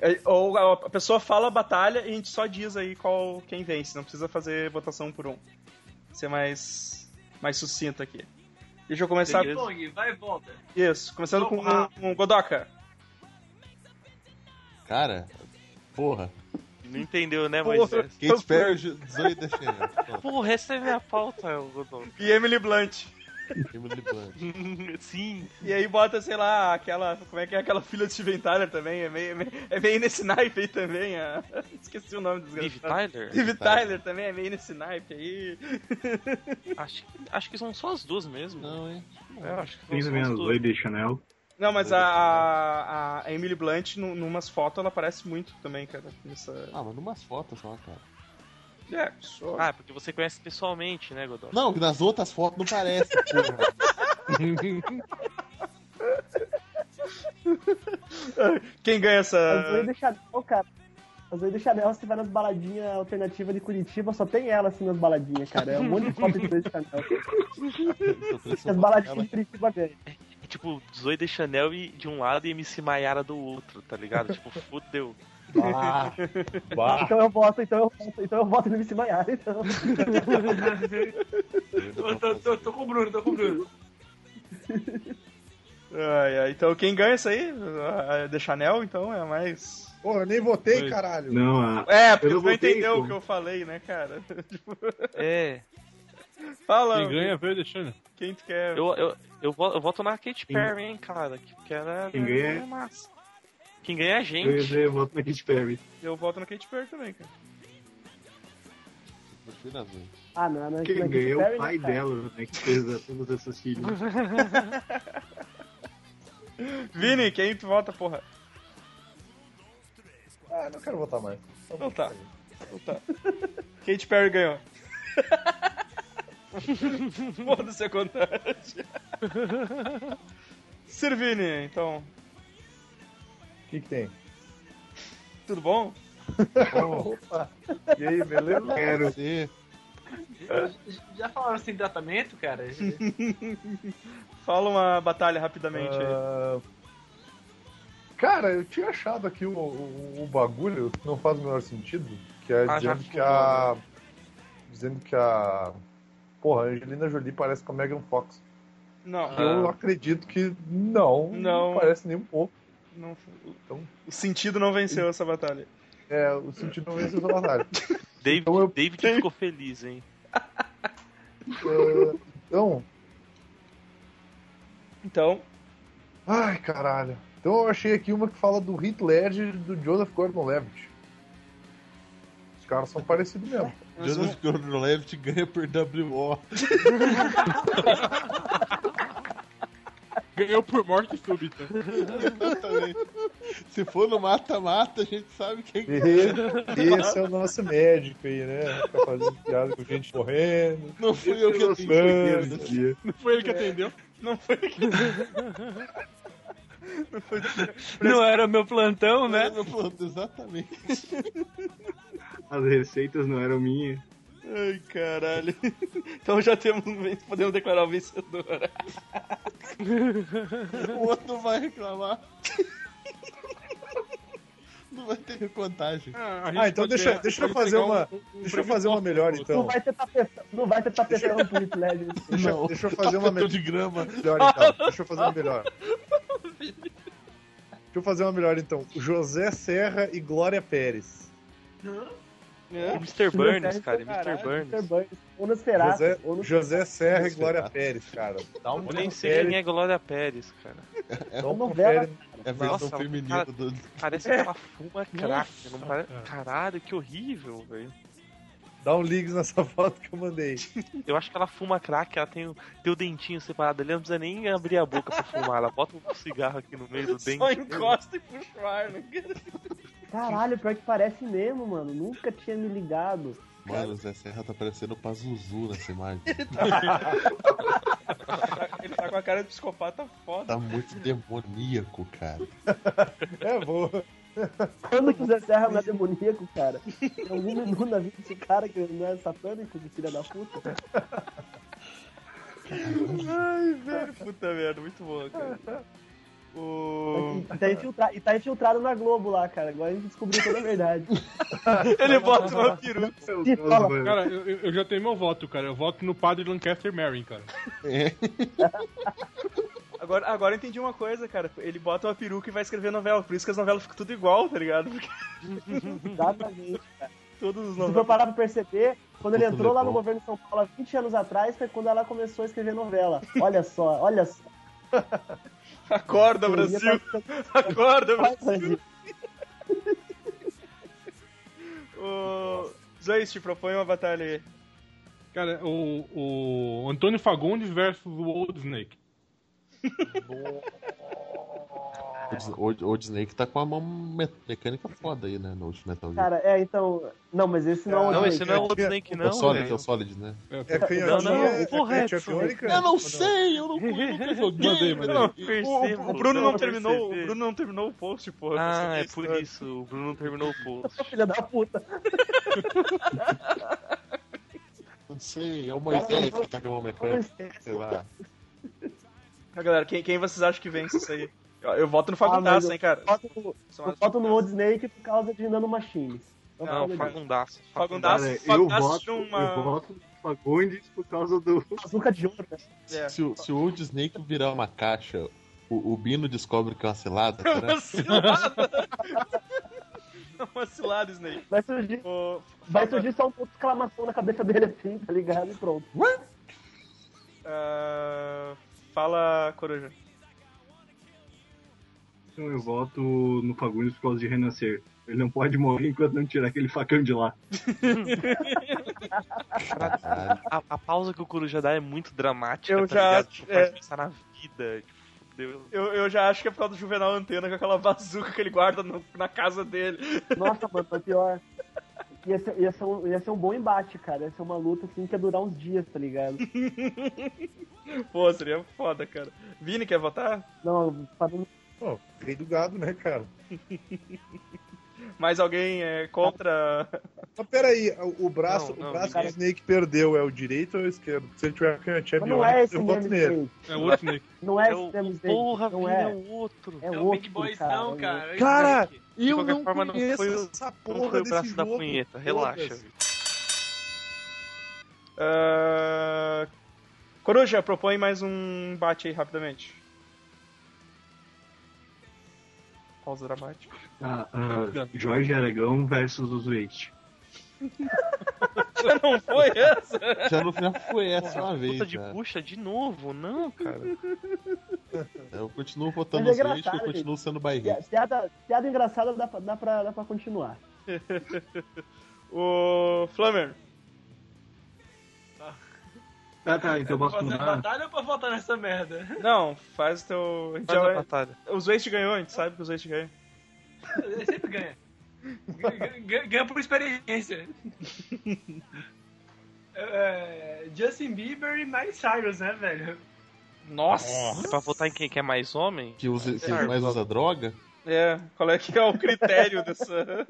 Speaker 3: É, Ou a a pessoa fala a batalha e a gente só diz aí qual quem vence, não precisa fazer votação por um. Ser mais, mais sucinto aqui. Deixa eu começar
Speaker 8: Ping
Speaker 3: com...
Speaker 8: pong, vai e volta.
Speaker 3: Isso, começando com,
Speaker 8: Vamos lá.
Speaker 3: com o Godoka.
Speaker 4: Cara, porra.
Speaker 10: Não entendeu, né,
Speaker 4: Porra,
Speaker 10: Moisés?
Speaker 4: Quem espera 18 da Xenia.
Speaker 10: Porra, essa é minha pauta, Godon.
Speaker 3: E Emily Blunt.
Speaker 4: Emily Blunt.
Speaker 10: Sim.
Speaker 3: E aí bota, sei lá, aquela... Como é que é aquela filha de Steven Tyler também? É meio, é meio, é meio nesse naipe aí também. a- Esqueci o nome dos
Speaker 10: Liv Tyler?
Speaker 3: Liv Tyler também é meio nesse naipe aí.
Speaker 10: Acho, que- acho que são só as duas mesmo.
Speaker 4: Não, hein?
Speaker 10: É, acho que são
Speaker 11: Tem
Speaker 10: só
Speaker 11: também
Speaker 10: as
Speaker 11: as
Speaker 10: duas.
Speaker 11: Lady Chanel.
Speaker 3: Não, mas a, a, a Emily Blunt, nu- numas fotos, ela aparece muito também, cara. Nessa...
Speaker 4: Ah, mas numas fotos só, cara.
Speaker 3: É, só.
Speaker 10: Ah, porque você conhece pessoalmente, né, Godon?
Speaker 4: Não, que nas outras fotos não parece, porra.
Speaker 3: Quem ganha
Speaker 8: É
Speaker 9: As Zoe
Speaker 3: essa.
Speaker 9: do Chanel, cara. As Zoe do Chanel, você vai nas baladinhas alternativas de Curitiba, só tem ela assim nas baladinhas, cara. É um monte de cópia de Zoe do Chanel. As baladinhas de Curitiba ganham.
Speaker 10: É tipo, Zoe de Chanel e- de um lado e MC Maiara do outro, tá ligado? tipo, fudeu.
Speaker 4: Bah, bah.
Speaker 9: Então eu voto, então eu voto, então eu voto no MC Maiara, então.
Speaker 8: Tô, tô, tô, tô com o Bruno, tô com o Bruno.
Speaker 3: Ai, ai, então quem ganha isso aí? A a The Chanel, então, é a mais.
Speaker 6: Porra, eu nem votei, caralho.
Speaker 11: Não,
Speaker 8: Ah,
Speaker 11: a...
Speaker 3: É, porque
Speaker 11: eu
Speaker 3: tu não
Speaker 11: votei,
Speaker 3: entendeu
Speaker 11: pô.
Speaker 3: o que eu falei, né, cara? Tipo,
Speaker 10: É.
Speaker 3: Fala,
Speaker 7: Quem ganha, é veio deixando.
Speaker 3: quem tu quer.
Speaker 10: Eu, eu, eu, vo- eu voto na Katy
Speaker 11: Quem-
Speaker 10: Perry, hein, cara. que- Porque ela
Speaker 11: Quem ganha-
Speaker 10: é massa. Quem ganha é a
Speaker 11: Eu ia
Speaker 10: gente.
Speaker 11: dizer, eu voto na Katy Perry.
Speaker 3: Eu voto no Kate Perry também, cara.
Speaker 4: Prefiro as duas.
Speaker 9: Ah, não, não.
Speaker 11: Quem
Speaker 9: não,
Speaker 11: ganha
Speaker 9: Perry,
Speaker 11: é o
Speaker 9: né,
Speaker 11: pai
Speaker 9: cara?
Speaker 11: dela, né? Que fez a- todas essas filhas.
Speaker 3: Vini, quem tu vota, porra?
Speaker 6: Ah, não quero votar mais.
Speaker 3: Então tá. Então tá. Kate Perry ganhou. Foda-se a contagem. Sirvini, então,
Speaker 6: O que, que tem?
Speaker 3: tudo bom?
Speaker 6: E aí, beleza?
Speaker 11: Quero.
Speaker 4: Você,
Speaker 11: é.
Speaker 8: Já falaram sem tratamento, cara?
Speaker 3: Fala uma batalha rapidamente aí.
Speaker 6: Ah, Cara, eu tinha achado aqui o, o, o bagulho que não faz o menor sentido, que é
Speaker 10: Ah, já
Speaker 6: dizendo que
Speaker 10: ficou,
Speaker 6: a. Dizendo que a. Porra, a Angelina Jolie parece com a Megan Fox.
Speaker 3: Não.
Speaker 10: Ah.
Speaker 6: Eu acredito que não.
Speaker 3: Não.
Speaker 6: parece nem um pouco.
Speaker 3: Não- O sentido não venceu essa batalha.
Speaker 6: É, o sentido não venceu essa batalha.
Speaker 10: David,
Speaker 11: Então
Speaker 10: David ficou feliz, hein?
Speaker 6: É, então.
Speaker 3: Então.
Speaker 6: Ai, caralho. Então eu achei aqui uma que fala do Heath Ledger e do Joseph Gordon-Levitt. Os caras são parecidos mesmo.
Speaker 4: Joseph Gordon-Levitt ganha por WO.
Speaker 7: Ganhou por morte súbita.
Speaker 4: Exatamente. Se for no mata-mata, a gente sabe quem que
Speaker 6: E- Esse é o nosso médico aí, né? Fica fazendo piada com gente morrendo.
Speaker 4: Não fui eu que
Speaker 10: é
Speaker 4: é atendi.
Speaker 6: atendi.
Speaker 7: Não foi ele que atendeu?
Speaker 3: Não foi ele que
Speaker 5: Não era meu plantão, né?
Speaker 4: Exatamente.
Speaker 11: As receitas não eram minhas.
Speaker 3: Ai, caralho. Então já temos, podemos declarar o vencedor.
Speaker 4: O outro não vai reclamar. Não vai ter contagem.
Speaker 6: Ah, então deixa, deixa eu fazer
Speaker 7: um
Speaker 6: uma. Deixa eu fazer uma melhor
Speaker 9: Não
Speaker 6: então.
Speaker 9: vai ter tapetão, não vai ter tapetão pro Heath Ledger.
Speaker 6: Deixa,
Speaker 4: Não.
Speaker 6: deixa eu fazer uma
Speaker 4: Tapetão
Speaker 6: melhor.
Speaker 4: de grama.
Speaker 6: Melhor então. Deixa eu fazer uma melhor. Deixa eu fazer uma melhor então. José Serra e Glória Pérez.
Speaker 10: O Mr. Burns, cara, Mr. Burns.
Speaker 9: Mr. Burns, ou Nosferatu,
Speaker 6: José,
Speaker 9: ou Nos-
Speaker 6: José Serra e Glória Pérez, cara. Dá um
Speaker 10: Eu nem sei quem é Glória Pérez, cara.
Speaker 6: Dá um
Speaker 9: novela.
Speaker 6: confere.
Speaker 4: É a versão
Speaker 10: Nossa,
Speaker 4: feminina
Speaker 10: cara-
Speaker 4: do.
Speaker 11: É.
Speaker 10: Parece que ela fuma crack. Não pare-
Speaker 7: cara.
Speaker 10: Caralho, que horrível, velho.
Speaker 6: Dá um ligue nessa foto que eu mandei.
Speaker 10: Eu acho que ela fuma crack, ela tem o, tem o dentinho separado ali, ela não precisa nem abrir a boca pra fumar. Ela bota um cigarro aqui no meio do dente.
Speaker 3: Só encosta e puxa o ar, né?
Speaker 9: Caralho, pior que parece mesmo, mano. Nunca tinha me ligado.
Speaker 4: Mano, o Zé Serra tá parecendo o Pazuzu nessa imagem.
Speaker 3: Ele tá com a cara de psicopata foda.
Speaker 4: Tá muito demoníaco, cara.
Speaker 6: É boa.
Speaker 9: Quando que o Zé Serra não é demoníaco, cara? Tem algum minuto na vida desse cara que não é satânico, que filha da puta?
Speaker 3: Ai, velho, puta merda, muito boa, cara. O...
Speaker 9: E tá, infiltra- e tá infiltrado na Globo lá, cara. Agora a gente descobriu toda a verdade.
Speaker 3: Ele bota uma peruca.
Speaker 11: Meu
Speaker 9: Ih,
Speaker 11: Deus,
Speaker 9: fala.
Speaker 11: mano.
Speaker 7: Cara, eu, eu- eu já tenho meu voto, cara. Eu voto no padre Lancaster Merrin, cara.
Speaker 3: Agora, agora eu entendi uma coisa, cara. Ele bota uma peruca e vai escrever novela. Por isso que as novelas ficam tudo igual, tá ligado? Porque
Speaker 9: Exatamente.
Speaker 3: todas as
Speaker 9: Se for
Speaker 3: novelas.
Speaker 9: parar pra perceber, quando ele
Speaker 4: Puta,
Speaker 9: entrou lá no
Speaker 4: legal.
Speaker 9: governo de São Paulo há 20 anos atrás, foi quando ela começou a escrever novela. Olha só, olha só.
Speaker 3: Acorda, Tá Brasil! Acorda, Brasil!
Speaker 9: assim,
Speaker 3: O... Zeus, te propõe uma batalha aí.
Speaker 7: Cara, o, o Antônio Fagundes versus o Old Snake.
Speaker 4: O Old- Old Snake tá com a mão me- mecânica foda aí, né? No último Metal Gear.
Speaker 9: Cara, é, então. Não, mas esse não é o
Speaker 10: Não,
Speaker 9: Old
Speaker 10: esse não é o outro Snake,
Speaker 4: é o
Speaker 10: não,
Speaker 4: Solid, é
Speaker 10: velho.
Speaker 4: o Solid, né?
Speaker 6: É
Speaker 10: Não,
Speaker 6: canhotinha,
Speaker 10: não,
Speaker 6: é
Speaker 10: porra,
Speaker 6: canhotinha
Speaker 10: Edson.
Speaker 6: piônica?
Speaker 4: Eu não sei, eu não
Speaker 7: Mandei, mandei.
Speaker 10: Percebo,
Speaker 3: O, o Bruno não
Speaker 10: percebo.
Speaker 3: terminou, o Bruno não terminou o post, porra.
Speaker 10: Ah, é
Speaker 3: Você-
Speaker 10: por isso. O Bruno não terminou o post.
Speaker 9: Filha da puta.
Speaker 4: Não sei, é o Moisés que tá com a mão mecânica, sei lá.
Speaker 3: Ah, galera, quem, quem vocês acham que vence isso aí? Eu, eu voto no
Speaker 9: Ah, mas
Speaker 3: Fagundaço,
Speaker 9: eu
Speaker 3: hein, cara.
Speaker 9: voto no-
Speaker 3: São
Speaker 9: Eu
Speaker 3: as-
Speaker 9: voto no Old Snake por causa de Nano Machines. Eu
Speaker 10: Não,
Speaker 9: falo dele.
Speaker 10: fagundaço.
Speaker 3: Fagundaço.
Speaker 11: Cara, eu
Speaker 3: Fagundaço
Speaker 11: voto,
Speaker 3: numa-
Speaker 11: eu voto no Fagundes por causa do.
Speaker 9: Bazuca de ouro. né?
Speaker 3: É.
Speaker 4: Se, o- se o Old Snake virar uma caixa, o, o Bino descobre que é uma cilada, será?
Speaker 3: Uma cilada! É uma cilada, Snake.
Speaker 9: Vai surgir,
Speaker 3: Ô,
Speaker 9: vai
Speaker 3: Fagundá-
Speaker 9: surgir só um ponto de exclamação na cabeça dele assim, tá ligado? E pronto.
Speaker 3: ah, fala, Coruja.
Speaker 11: Então eu voto no Fagundes por causa de renascer. Ele não pode morrer enquanto não tirar aquele facão de lá.
Speaker 4: Caralho.
Speaker 10: A, a pausa que o Coruja dá é muito dramática,
Speaker 3: Eu
Speaker 10: tá
Speaker 3: já-
Speaker 10: ligado? Tipo, faz
Speaker 3: é.
Speaker 10: pensar na vida. Tipo, fudeu.
Speaker 3: Eu, eu já acho que é por causa do Juvenal Antena com aquela bazuca que ele guarda no- na casa dele.
Speaker 9: Nossa, mano, foi pior. Ia ser, ia, ser um, ia ser um bom embate, cara. Ia ser uma luta assim que ia durar uns dias, tá ligado?
Speaker 3: Pô, seria foda, cara. Vini, quer votar?
Speaker 9: Não, falando
Speaker 6: Pô, rei do gado, né, cara?
Speaker 3: Mais alguém é, contra
Speaker 6: Mas peraí, o- o braço,
Speaker 7: Não, não,
Speaker 6: o braço
Speaker 7: ninguém.
Speaker 6: que o Snake perdeu é o direito ou é o esquerdo? Se ele tiver canhotinha
Speaker 9: Mas
Speaker 6: biônica,
Speaker 9: não é esse
Speaker 6: eu voto
Speaker 9: mesmo
Speaker 6: nele.
Speaker 9: Snake. É o outro Snake. Não é esse
Speaker 10: o-
Speaker 9: mesmo Snake.
Speaker 10: Porra,
Speaker 9: não
Speaker 10: filho,
Speaker 9: é.
Speaker 10: é o outro.
Speaker 9: É o outro,
Speaker 3: Não, cara.
Speaker 10: É o
Speaker 6: Cara,
Speaker 10: Snake. De
Speaker 6: eu
Speaker 10: qualquer
Speaker 6: não
Speaker 10: forma,
Speaker 6: conheço
Speaker 10: foi o-
Speaker 6: essa
Speaker 10: Não
Speaker 6: porra
Speaker 10: foi o braço
Speaker 6: desse
Speaker 10: da
Speaker 6: jogo.
Speaker 10: punheta, relaxa.
Speaker 6: Foda-se.
Speaker 10: Vitor.
Speaker 3: Ah, Coruja, propõe mais um bate aí rapidamente. Pausa dramática.
Speaker 11: Ah, ah, Jorge Aragão versus os Waste.
Speaker 3: Já não foi essa?
Speaker 4: Já não- já foi essa uma
Speaker 10: puta
Speaker 4: vez, né?
Speaker 10: de
Speaker 4: já.
Speaker 10: bucha de novo, não, cara.
Speaker 4: Eu continuo votando
Speaker 9: Mas
Speaker 4: os
Speaker 9: é
Speaker 4: leite, eu
Speaker 9: engraçado,
Speaker 4: continuo sendo bairrista.
Speaker 9: Pia- Piada, piada engraçada dá pra, dá pra, dá pra continuar.
Speaker 3: o Flamer.
Speaker 11: Tá, tá, então eu posso
Speaker 8: Fazer
Speaker 11: mudar?
Speaker 8: batalha ou pra votar nessa merda?
Speaker 3: Não, faz o teu. a gente
Speaker 10: Faz
Speaker 3: já
Speaker 10: a
Speaker 3: vai-
Speaker 10: batalha.
Speaker 3: Os Waste ganhou, a gente sabe que os Waste ganham.
Speaker 8: Ele sempre ganha. Ganha- ganha- Ganha por experiência. É, Justin Bieber e Miley Cyrus, né, velho?
Speaker 10: Nossa! É pra votar em quem quer mais homem?
Speaker 4: Que, usa, que mais usa droga?
Speaker 3: É, qual é que é o critério dessa.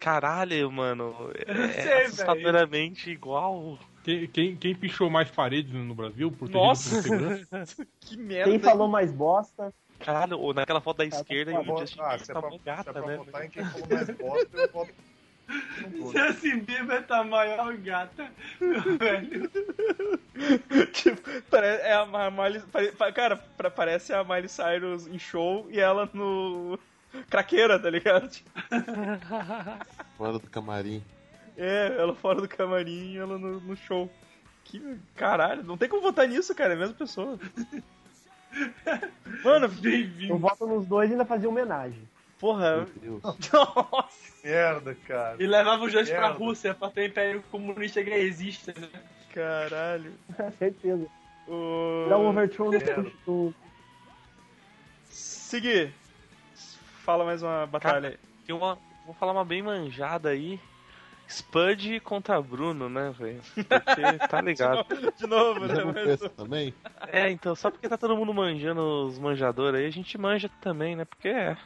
Speaker 10: Caralho, mano.
Speaker 3: sei,
Speaker 10: É
Speaker 3: velho.
Speaker 10: assustadoramente igual.
Speaker 7: Quem, quem, quem pichou mais paredes no Brasil? protegido por
Speaker 10: Nossa!
Speaker 7: segurança?
Speaker 3: que merda.
Speaker 9: Quem falou mais bosta?
Speaker 10: Caralho, ou naquela foto da esquerda e o Justin
Speaker 6: Ah,
Speaker 10: Bieber
Speaker 6: se é
Speaker 10: tá
Speaker 6: pra,
Speaker 10: mó
Speaker 6: se é
Speaker 10: gata,
Speaker 6: pra
Speaker 10: né?
Speaker 6: votar em quem falou mais bosta, eu voto no todo.
Speaker 8: Justin Bieber tá maior gata, meu velho.
Speaker 3: tipo, parece, é a Ma- Miley, pare- pa- cara, pra- parece a Miley Cyrus em show e ela no. Craqueira, tá ligado? Tipo,
Speaker 4: Fora do camarim.
Speaker 3: É, ela fora do camarim e ela no, no show. Que caralho, não tem como votar nisso, cara, é a mesma pessoa. Mano,
Speaker 9: Eu voto nos dois e ainda fazia homenagem.
Speaker 3: porra.
Speaker 4: Deus.
Speaker 3: Nossa.
Speaker 6: Merda, cara.
Speaker 8: E levava os dois pra
Speaker 6: Merda.
Speaker 8: Rússia pra ter um império comunista gaysista, né?
Speaker 3: Caralho.
Speaker 9: Certeza.
Speaker 3: O...
Speaker 9: Dá um overthrow no,
Speaker 6: Quero.
Speaker 9: no-
Speaker 3: Segui. Fala mais uma batalha aí.
Speaker 10: Tem uma. Vou falar uma bem manjada aí. Spud contra Bruno, né, velho? Porque tá ligado.
Speaker 3: De novo,
Speaker 4: Já
Speaker 3: né?
Speaker 4: não foi
Speaker 3: Mas-
Speaker 4: essa também?
Speaker 10: É, então, só porque tá todo mundo manjando os manjadores aí, a gente manja também, né? Porque é.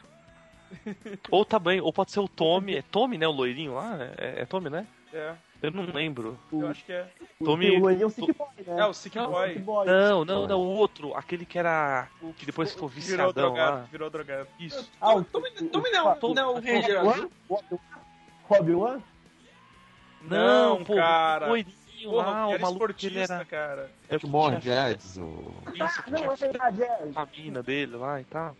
Speaker 10: Ou tá bem, ou pode ser o Tommy. É Tommy, né? O loirinho lá? É, é Tommy, né?
Speaker 3: É,
Speaker 10: Eu não lembro.
Speaker 3: eu acho que é.
Speaker 10: Tommy.
Speaker 9: O Loirinho é o Sick Boy, né?
Speaker 3: É, o Sick
Speaker 9: É o
Speaker 3: Boy.
Speaker 9: Sick Boy.
Speaker 10: Não, não, não, o outro, aquele que era. que depois ficou
Speaker 3: Virou
Speaker 10: viciadão
Speaker 3: drogado,
Speaker 10: lá.
Speaker 3: virou drogado.
Speaker 10: Isso.
Speaker 9: Ah, o
Speaker 8: Tome, tome não,
Speaker 10: Tom-
Speaker 8: não, o
Speaker 10: Tom-
Speaker 8: Ranger.
Speaker 9: Obi-Wan? Obi-Wan?
Speaker 10: Não,
Speaker 3: Não,
Speaker 10: pô,
Speaker 3: cara.
Speaker 10: o loirinho
Speaker 3: Porra,
Speaker 10: lá,
Speaker 3: o
Speaker 10: o
Speaker 3: era
Speaker 10: maluco que ele
Speaker 3: esportista,
Speaker 10: era.
Speaker 3: cara.
Speaker 10: É
Speaker 4: Que morre de AIDS, o-
Speaker 10: Isso, que
Speaker 9: Não, é verdade, é.
Speaker 10: a mina dele lá e tal.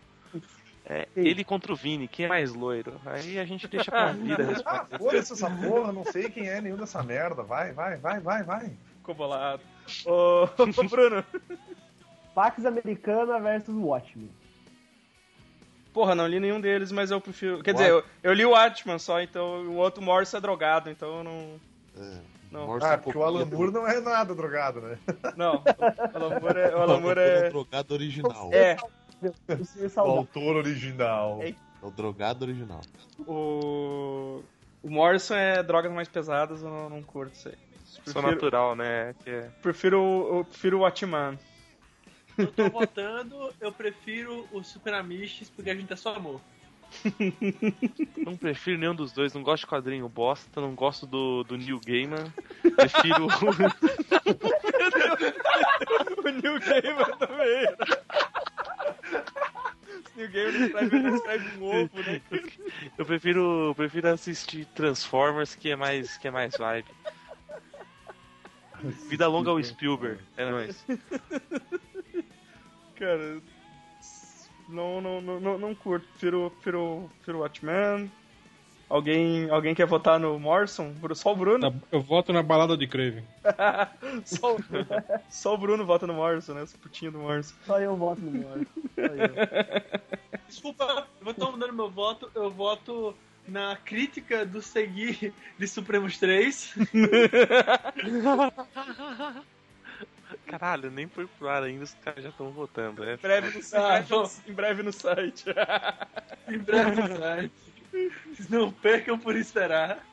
Speaker 10: É, ele contra o Vini, quem é mais loiro? Aí a gente deixa pra vida. né?
Speaker 6: Ah, foda-se essa porra, não sei quem é nenhum dessa merda. Vai, vai, vai, vai, vai.
Speaker 3: Ficou bolado. Ô, ô, Bruno.
Speaker 9: Pax Americana versus Watchmen.
Speaker 3: Porra, não li nenhum deles, mas eu prefiro. Quer
Speaker 4: What?
Speaker 3: dizer, eu, eu li o Atman só, então o outro Morse é drogado, então eu não.
Speaker 4: É,
Speaker 3: Não.
Speaker 4: Morrison
Speaker 10: um
Speaker 6: Ah, porque o Alan
Speaker 4: copia
Speaker 10: né?
Speaker 6: Moore não é nada drogado, né?
Speaker 3: Não. O Alamur é. O Alamur
Speaker 4: É o
Speaker 3: é.
Speaker 4: drogado original.
Speaker 3: É,
Speaker 9: Eu sei
Speaker 6: O
Speaker 9: saudar.
Speaker 6: autor original.
Speaker 3: É.
Speaker 4: É o drogado original.
Speaker 3: o. O Morrison é drogas mais pesadas, eu não, não curto isso aí.
Speaker 10: Sou
Speaker 3: Prefiro,
Speaker 10: natural, né? Que é-
Speaker 3: prefiro, eu prefiro o Atman.
Speaker 8: Eu tô votando, eu prefiro o Super Amishes, porque a gente é só amor.
Speaker 10: Não prefiro nenhum dos dois, não gosto de quadrinho bosta, não gosto do, do New Gaiman. Prefiro.
Speaker 3: O New Gamer também. New Gamer escreve, ele escreve um ovo, né?
Speaker 10: eu prefiro. eu prefiro assistir Transformers, que é mais, que é mais vibe. Vida longa ao Spielberg. É nóis.
Speaker 3: Cara, não, não, não, não, não curto. Prefiro, prefiro, prefiro Watchmen. Alguém, alguém quer votar no Morrison? Bru- Só o Bruno?
Speaker 7: Na- Eu voto na balada de Craven.
Speaker 3: só, o, só o Bruno vota no Morrison, né? Esse putinho do Morrison.
Speaker 9: Só eu voto no Morrison. Só eu.
Speaker 8: Desculpa, eu tô mudando meu voto, eu voto na crítica do Segui de Supremos 3.
Speaker 10: Caralho, nem foi pro ar ainda, os caras já estão votando. É
Speaker 3: Em breve no,
Speaker 8: Ah,
Speaker 3: em breve no- em breve no site.
Speaker 8: Em breve no site. Vocês Não percam por esperar.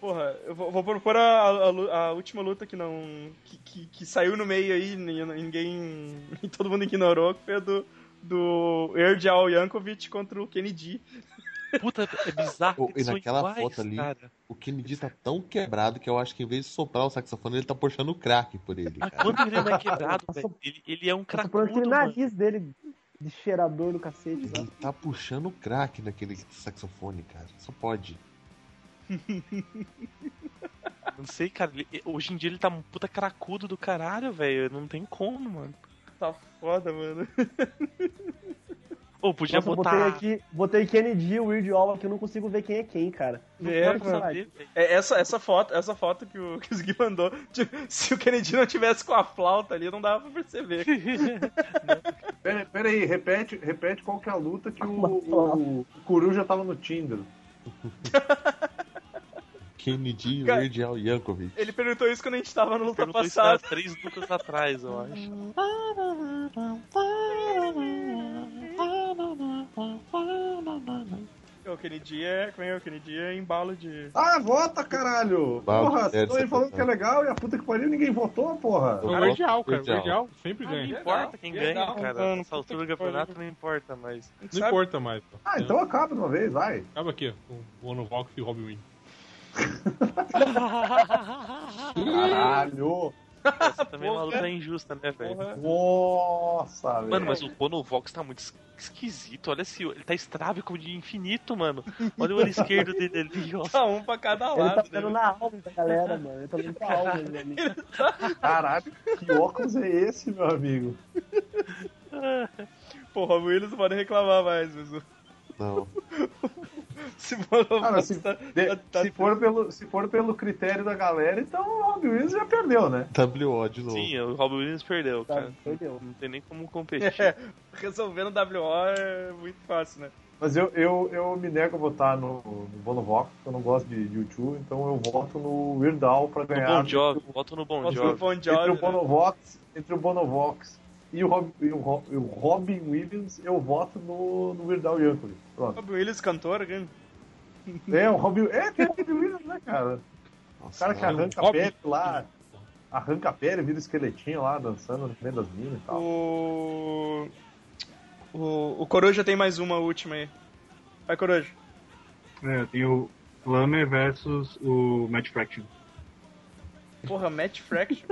Speaker 3: Porra, eu vou, vou propor a, a lu- a última luta que não. que, que- que saiu no meio aí, ni- ninguém. todo mundo ignorou, que foi a do. do Erdial Yankovic contra o Kennedy.
Speaker 10: Puta, é bizarro.
Speaker 4: Pô,
Speaker 10: que
Speaker 4: e
Speaker 10: eles são
Speaker 4: naquela
Speaker 10: iguais,
Speaker 4: foto ali,
Speaker 10: cara.
Speaker 4: o Kennedy tá tão quebrado que eu acho que em vez de soprar o saxofone, ele tá puxando o crack por ele.
Speaker 10: Ah,
Speaker 4: cara.
Speaker 10: quanto ele não é quebrado, velho. Ele, ele é um
Speaker 9: Tá por aquele
Speaker 10: cracudo, mano.
Speaker 9: nariz dele de cheirador do cacete. lá.
Speaker 4: Ele tá puxando o crack naquele saxofone, cara. Só pode.
Speaker 10: Não sei, cara. ele- hoje em dia ele tá um puta cracudo do caralho, velho. Não tem como, mano.
Speaker 3: Tá foda, mano.
Speaker 10: Ou podia
Speaker 9: Nossa, eu
Speaker 10: botar.
Speaker 9: botei aqui, botei Kennedy e Weird Al aqui, eu não consigo ver quem é quem, cara. Não
Speaker 3: É,
Speaker 9: pode
Speaker 3: mano.
Speaker 9: saber.
Speaker 3: É, essa, essa foto, essa foto que o, que o Gui mandou, tipo, se o Kennedy não tivesse com a flauta ali, não dava pra perceber.
Speaker 6: Pera, pera aí, repete, repete qual que é a luta que o, o, o Coruja tava no Tinder.
Speaker 4: Kennedy e
Speaker 3: Cara-
Speaker 4: Weird Al Yankovic.
Speaker 3: Ele perguntou isso quando a gente tava no luta
Speaker 10: Perguntou isso há
Speaker 3: passada.
Speaker 10: três lutas atrás, eu acho.
Speaker 3: O Kennedy é. Como é? O Kennedy é embalo de.
Speaker 6: Ah, vota, caralho!
Speaker 3: Vale,
Speaker 6: Porra, vocês
Speaker 3: deve
Speaker 6: estão aí
Speaker 3: ser
Speaker 6: falando que é legal e a puta que pariu, ninguém votou, porra.
Speaker 7: É o Weird Al, cara. O Weird Al
Speaker 3: Ah,
Speaker 7: sempre ganha.
Speaker 3: é,
Speaker 10: Não importa quem ganha, cara. Nessa altura do campeonato não importa mais.
Speaker 7: Não importa mais. pô.
Speaker 6: Ah, então acaba de uma vez, vai.
Speaker 7: Acaba aqui, ó, com o Ono Vox e o Robin Win.
Speaker 6: Caralho!
Speaker 10: Essa também é uma luta injusta, né, velho?
Speaker 6: Nossa, velho.
Speaker 10: Mano, mas o Bonovox tá muito es- esquisito. Olha esse. Ele tá estrávico de infinito, mano. Olha o olho esquerdo dele ali, ó.
Speaker 3: Tá um pra cada
Speaker 9: Ele tá
Speaker 3: lado.
Speaker 9: dando na alma da galera, mano. Ele tá dando pra alma, meu amigo.
Speaker 6: Caralho, que óculos é esse, meu amigo?
Speaker 3: Porra, o Willis não pode reclamar mais, mas o-
Speaker 4: Não.
Speaker 3: se tá- for
Speaker 6: Cara, se,
Speaker 10: Tá,
Speaker 6: de- se for pelo, se for pelo critério da galera, então o Rob Williams já perdeu, né?
Speaker 4: WO de novo.
Speaker 10: Sim, É, o Robin Williams perdeu,
Speaker 9: Tá.
Speaker 10: cara.
Speaker 9: Perdeu.
Speaker 10: Não tem nem como competir.
Speaker 3: É, resolvendo WO é muito fácil, né?
Speaker 6: Mas eu, eu, eu me nego a votar no, no Bonovox, porque eu não gosto de YouTube, então eu voto no Weird Al pra
Speaker 10: No
Speaker 6: ganhar.
Speaker 10: Bon Jovi, voto no Bon
Speaker 3: Nossa, o
Speaker 10: Jovi.
Speaker 3: Bon
Speaker 6: entre, é o
Speaker 3: Jovi, né?
Speaker 6: Bonovox, entre o Bonovox e o, Rob, e o, Ro- e o Robin Williams, eu voto no, no Weird Al Yankovic. Pronto.
Speaker 3: Rob Williams, cantor, né?
Speaker 6: É, o Robin... É, tem o Robin Williams, né, cara? O cara que arranca a
Speaker 7: Robin-
Speaker 6: pele lá, arranca a pele, vira o esqueletinho lá, dançando no meio das minas e tal.
Speaker 3: O... o. O Coruja tem mais uma última aí. Vai, Coruja.
Speaker 11: É, eu tenho o Plummer versus o Matt Fraction.
Speaker 3: Porra, Matt Fraction.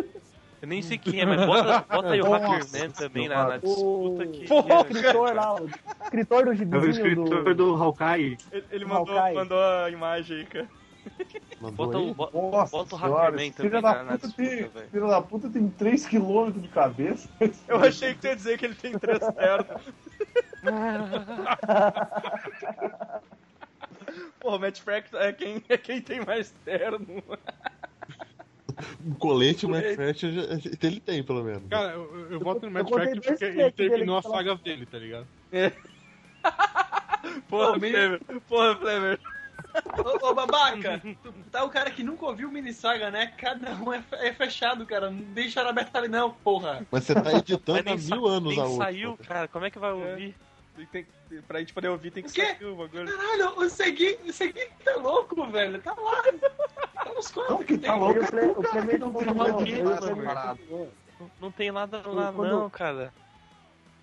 Speaker 10: Eu nem sei quem é, mas bota, bota aí o
Speaker 6: Nossa
Speaker 10: Hackerman também na, na disputa que. é,
Speaker 9: O
Speaker 10: Porra,
Speaker 9: escritor lá, o escritor do
Speaker 11: É o
Speaker 9: gibizinho
Speaker 11: escritor
Speaker 9: do...
Speaker 11: do Hawkeye.
Speaker 3: Ele, ele mandou,
Speaker 9: Hawkeye.
Speaker 3: mandou a imagem aí, cara.
Speaker 4: Mandou
Speaker 10: Bota
Speaker 4: aí?
Speaker 10: o, bo-
Speaker 6: Nossa
Speaker 10: bota o
Speaker 6: senhora,
Speaker 10: Hackerman
Speaker 6: esse filho
Speaker 10: também
Speaker 6: da
Speaker 10: na, na
Speaker 6: puta tem-
Speaker 10: disputa, velho.
Speaker 6: Filho da puta tem 3km de cabeça.
Speaker 3: Eu achei que tu ia dizer que ele tem três pernas. Porra, o Matt Fraction é quem, é quem tem mais terno.
Speaker 4: Um colete, mas Fetch ele tem, pelo menos.
Speaker 7: Cara, eu, eu- eu voto no Matt
Speaker 9: contei
Speaker 7: Fraction
Speaker 9: dois
Speaker 7: porque ele
Speaker 9: clipes dele
Speaker 7: terminou a
Speaker 9: aqui, pela-
Speaker 7: saga dele, tá ligado?
Speaker 3: Porra, Flemer. Porra, Flemer.
Speaker 8: Ô, ô, babaca, tu tá o cara que nunca ouviu mini-saga, né? Cada um é, fe- é fechado, cara. Não deixaram aberto ali, não, porra.
Speaker 4: Mas você tá
Speaker 10: Mas
Speaker 4: editando há
Speaker 10: nem,
Speaker 4: mil
Speaker 10: sa-
Speaker 4: anos
Speaker 10: nem
Speaker 4: a outra.
Speaker 10: saiu, cara. Como é que vai ouvir?
Speaker 3: Tem, que- tem, pra gente poder ouvir, tem que
Speaker 8: O quê?
Speaker 3: sair o bagulho.
Speaker 8: Caralho, o Segui, o Segui tá louco, velho. Tá lá. Tá nos quatro.
Speaker 6: Não, que tá
Speaker 8: tem.
Speaker 9: Aí
Speaker 6: louco.
Speaker 9: o Cle- o Clemente
Speaker 6: não tem
Speaker 9: continuou,
Speaker 6: mais
Speaker 9: aí o
Speaker 6: nada,
Speaker 9: Clemente
Speaker 6: cara.
Speaker 9: continuou.
Speaker 10: Não, não tem nada lá,
Speaker 9: Quando-
Speaker 10: não, cara.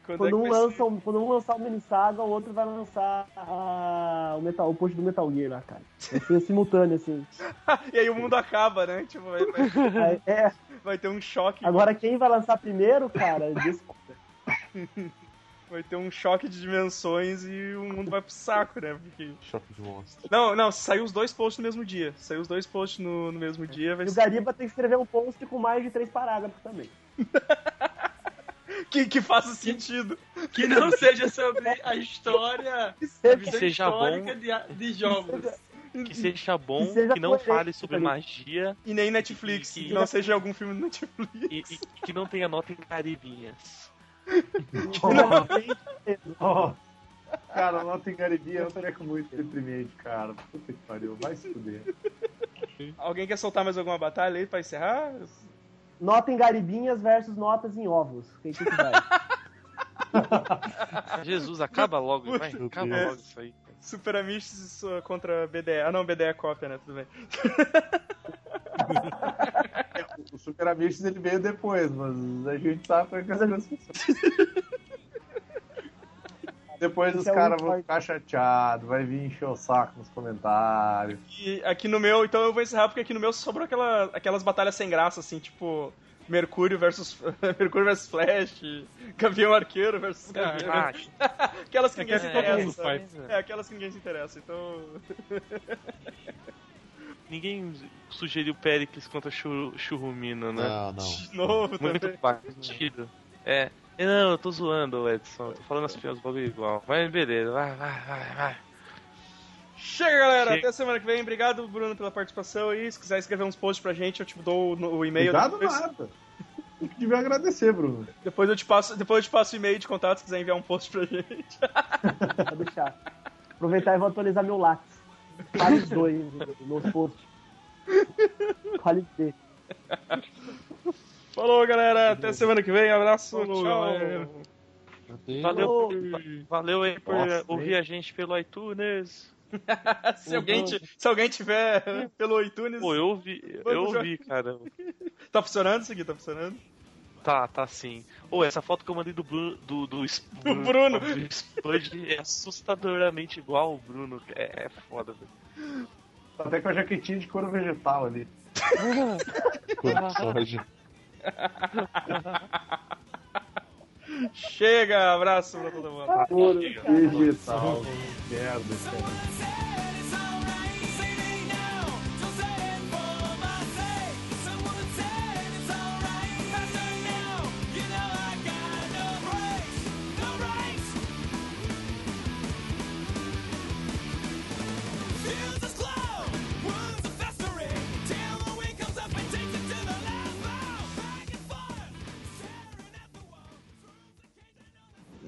Speaker 3: Quando, é
Speaker 9: Quando um,
Speaker 3: vai ser?
Speaker 9: lança, um- quando um lançar o Minisaga, o outro vai lançar a- o, metal, o post do Metal Gear lá, cara. Vai ser simultâneo, assim.
Speaker 3: E aí o mundo acaba, né? Tipo, vai, vai-
Speaker 9: Aí, é,
Speaker 3: vai ter um choque.
Speaker 9: agora quem vai lançar primeiro, cara, desculpa.
Speaker 3: Vai ter um choque de dimensões e o mundo vai pro saco, né? Porque...
Speaker 4: Choque de monstro.
Speaker 3: Não, não, saiu os dois posts no mesmo dia. Saiu os dois posts no, no mesmo dia, vai
Speaker 9: E o
Speaker 3: ser...
Speaker 9: Gariba tem que escrever um post com mais de três parágrafos também.
Speaker 3: que, que faça sentido.
Speaker 8: Que não seja sobre a história, a visão
Speaker 10: seja
Speaker 8: histórica
Speaker 10: bom.
Speaker 8: de, a- de jogos.
Speaker 10: Que seja bom, que,
Speaker 9: seja
Speaker 10: não
Speaker 9: coerente,
Speaker 10: fale sobre
Speaker 9: tá
Speaker 10: magia
Speaker 3: E nem Netflix,
Speaker 10: Que-
Speaker 3: que não seja algum filme do Netflix.
Speaker 10: e, e que não tenha nota em caribinhas.
Speaker 9: Então,
Speaker 6: Ó, Cara, nota em Garibia é um treco muito deprimente, cara. Puta que pariu, vai se fuder.
Speaker 3: Alguém quer soltar mais alguma batalha aí pra encerrar?
Speaker 9: Nota em garibinhas versus notas em ovos. Quem que vai?
Speaker 10: Jesus, acaba logo, vai. Acaba
Speaker 4: Deus.
Speaker 10: logo isso aí.
Speaker 3: Super Amish sua- contra BDE. Ah, não, BDE é cópia, né? Tudo bem.
Speaker 6: O Super Amigos ele veio depois, mas a gente tá trancando as pessoas. Depois os
Speaker 9: é um
Speaker 6: caras vão ficar chateados, vai vir encher o saco nos comentários.
Speaker 3: E aqui no meu, então eu vou encerrar porque aqui no meu sobrou aquela, aquelas batalhas sem graça, assim, tipo Mercúrio versus Mercúrio versus Flash, Gavião Arqueiro versus Gavião.
Speaker 10: ah,
Speaker 3: aquelas que ninguém se
Speaker 10: é que todo mundo
Speaker 3: interessa.
Speaker 10: faz.
Speaker 3: É, aquelas que ninguém se interessa, então.
Speaker 10: Ninguém sugeriu Pericles contra Chur Churrumina, né?
Speaker 4: Não, não.
Speaker 3: De novo
Speaker 10: Muito
Speaker 3: também.
Speaker 10: batido. É. É, Não, eu tô zoando, Edson. Eu tô falando as piadas do bagulho igual. Mas beleza, vai, vai, vai, vai.
Speaker 3: Chega, galera.
Speaker 10: Chega.
Speaker 3: Até semana que vem. Obrigado, Bruno, pela participação. E se quiser escrever uns posts pra gente, eu te dou o, o e-mail.
Speaker 6: Obrigado
Speaker 3: depois,
Speaker 6: nada. O que devia agradecer, Bruno.
Speaker 3: depois eu te passo, depois eu te passo o e-mail de contato se quiser enviar um post pra gente.
Speaker 9: Pra deixar. Aproveitar e vou atualizar meu lápis. Quase dois meus posts. Qualidade.
Speaker 3: Falou, galera. Até semana que vem. Abraço. tchau.
Speaker 10: Valeu, va- valeu aí por
Speaker 6: Nossa,
Speaker 10: ouvir a gente pelo iTunes.
Speaker 3: É, se, alguém ti- se alguém tiver pelo iTunes,
Speaker 10: Pô, eu ouvi, eu
Speaker 3: Vamos
Speaker 10: ouvi, cara.
Speaker 3: tá funcionando isso aqui? Tá funcionando?
Speaker 10: Tá, tá sim. Ô, essa foto que eu mandei do Bruno. Do, do, Sp-
Speaker 3: Do Bruno.
Speaker 10: do Spud é assustadoramente igual o Bruno. É, é foda, velho.
Speaker 6: Até com a jaquetinha de couro vegetal ali.
Speaker 4: Quanto soja.
Speaker 3: Chega, abraço pra todo mundo.
Speaker 6: Couro vegetal. Merda, cara.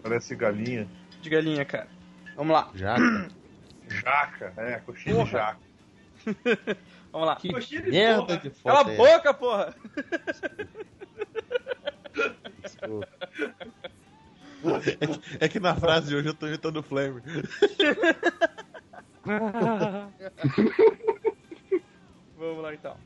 Speaker 6: Parece galinha.
Speaker 3: De galinha, cara. Vamos lá.
Speaker 4: Já, cara.
Speaker 6: Jaca. É, coxinha de jaca.
Speaker 3: Vamos lá.
Speaker 8: Coxinha de
Speaker 4: Que merda
Speaker 8: porra.
Speaker 4: de foto
Speaker 3: Cala a
Speaker 4: é
Speaker 3: boca, porra!
Speaker 4: essa? É que- É que na frase de hoje eu tô imitando o Flamer.
Speaker 3: Vamos lá então.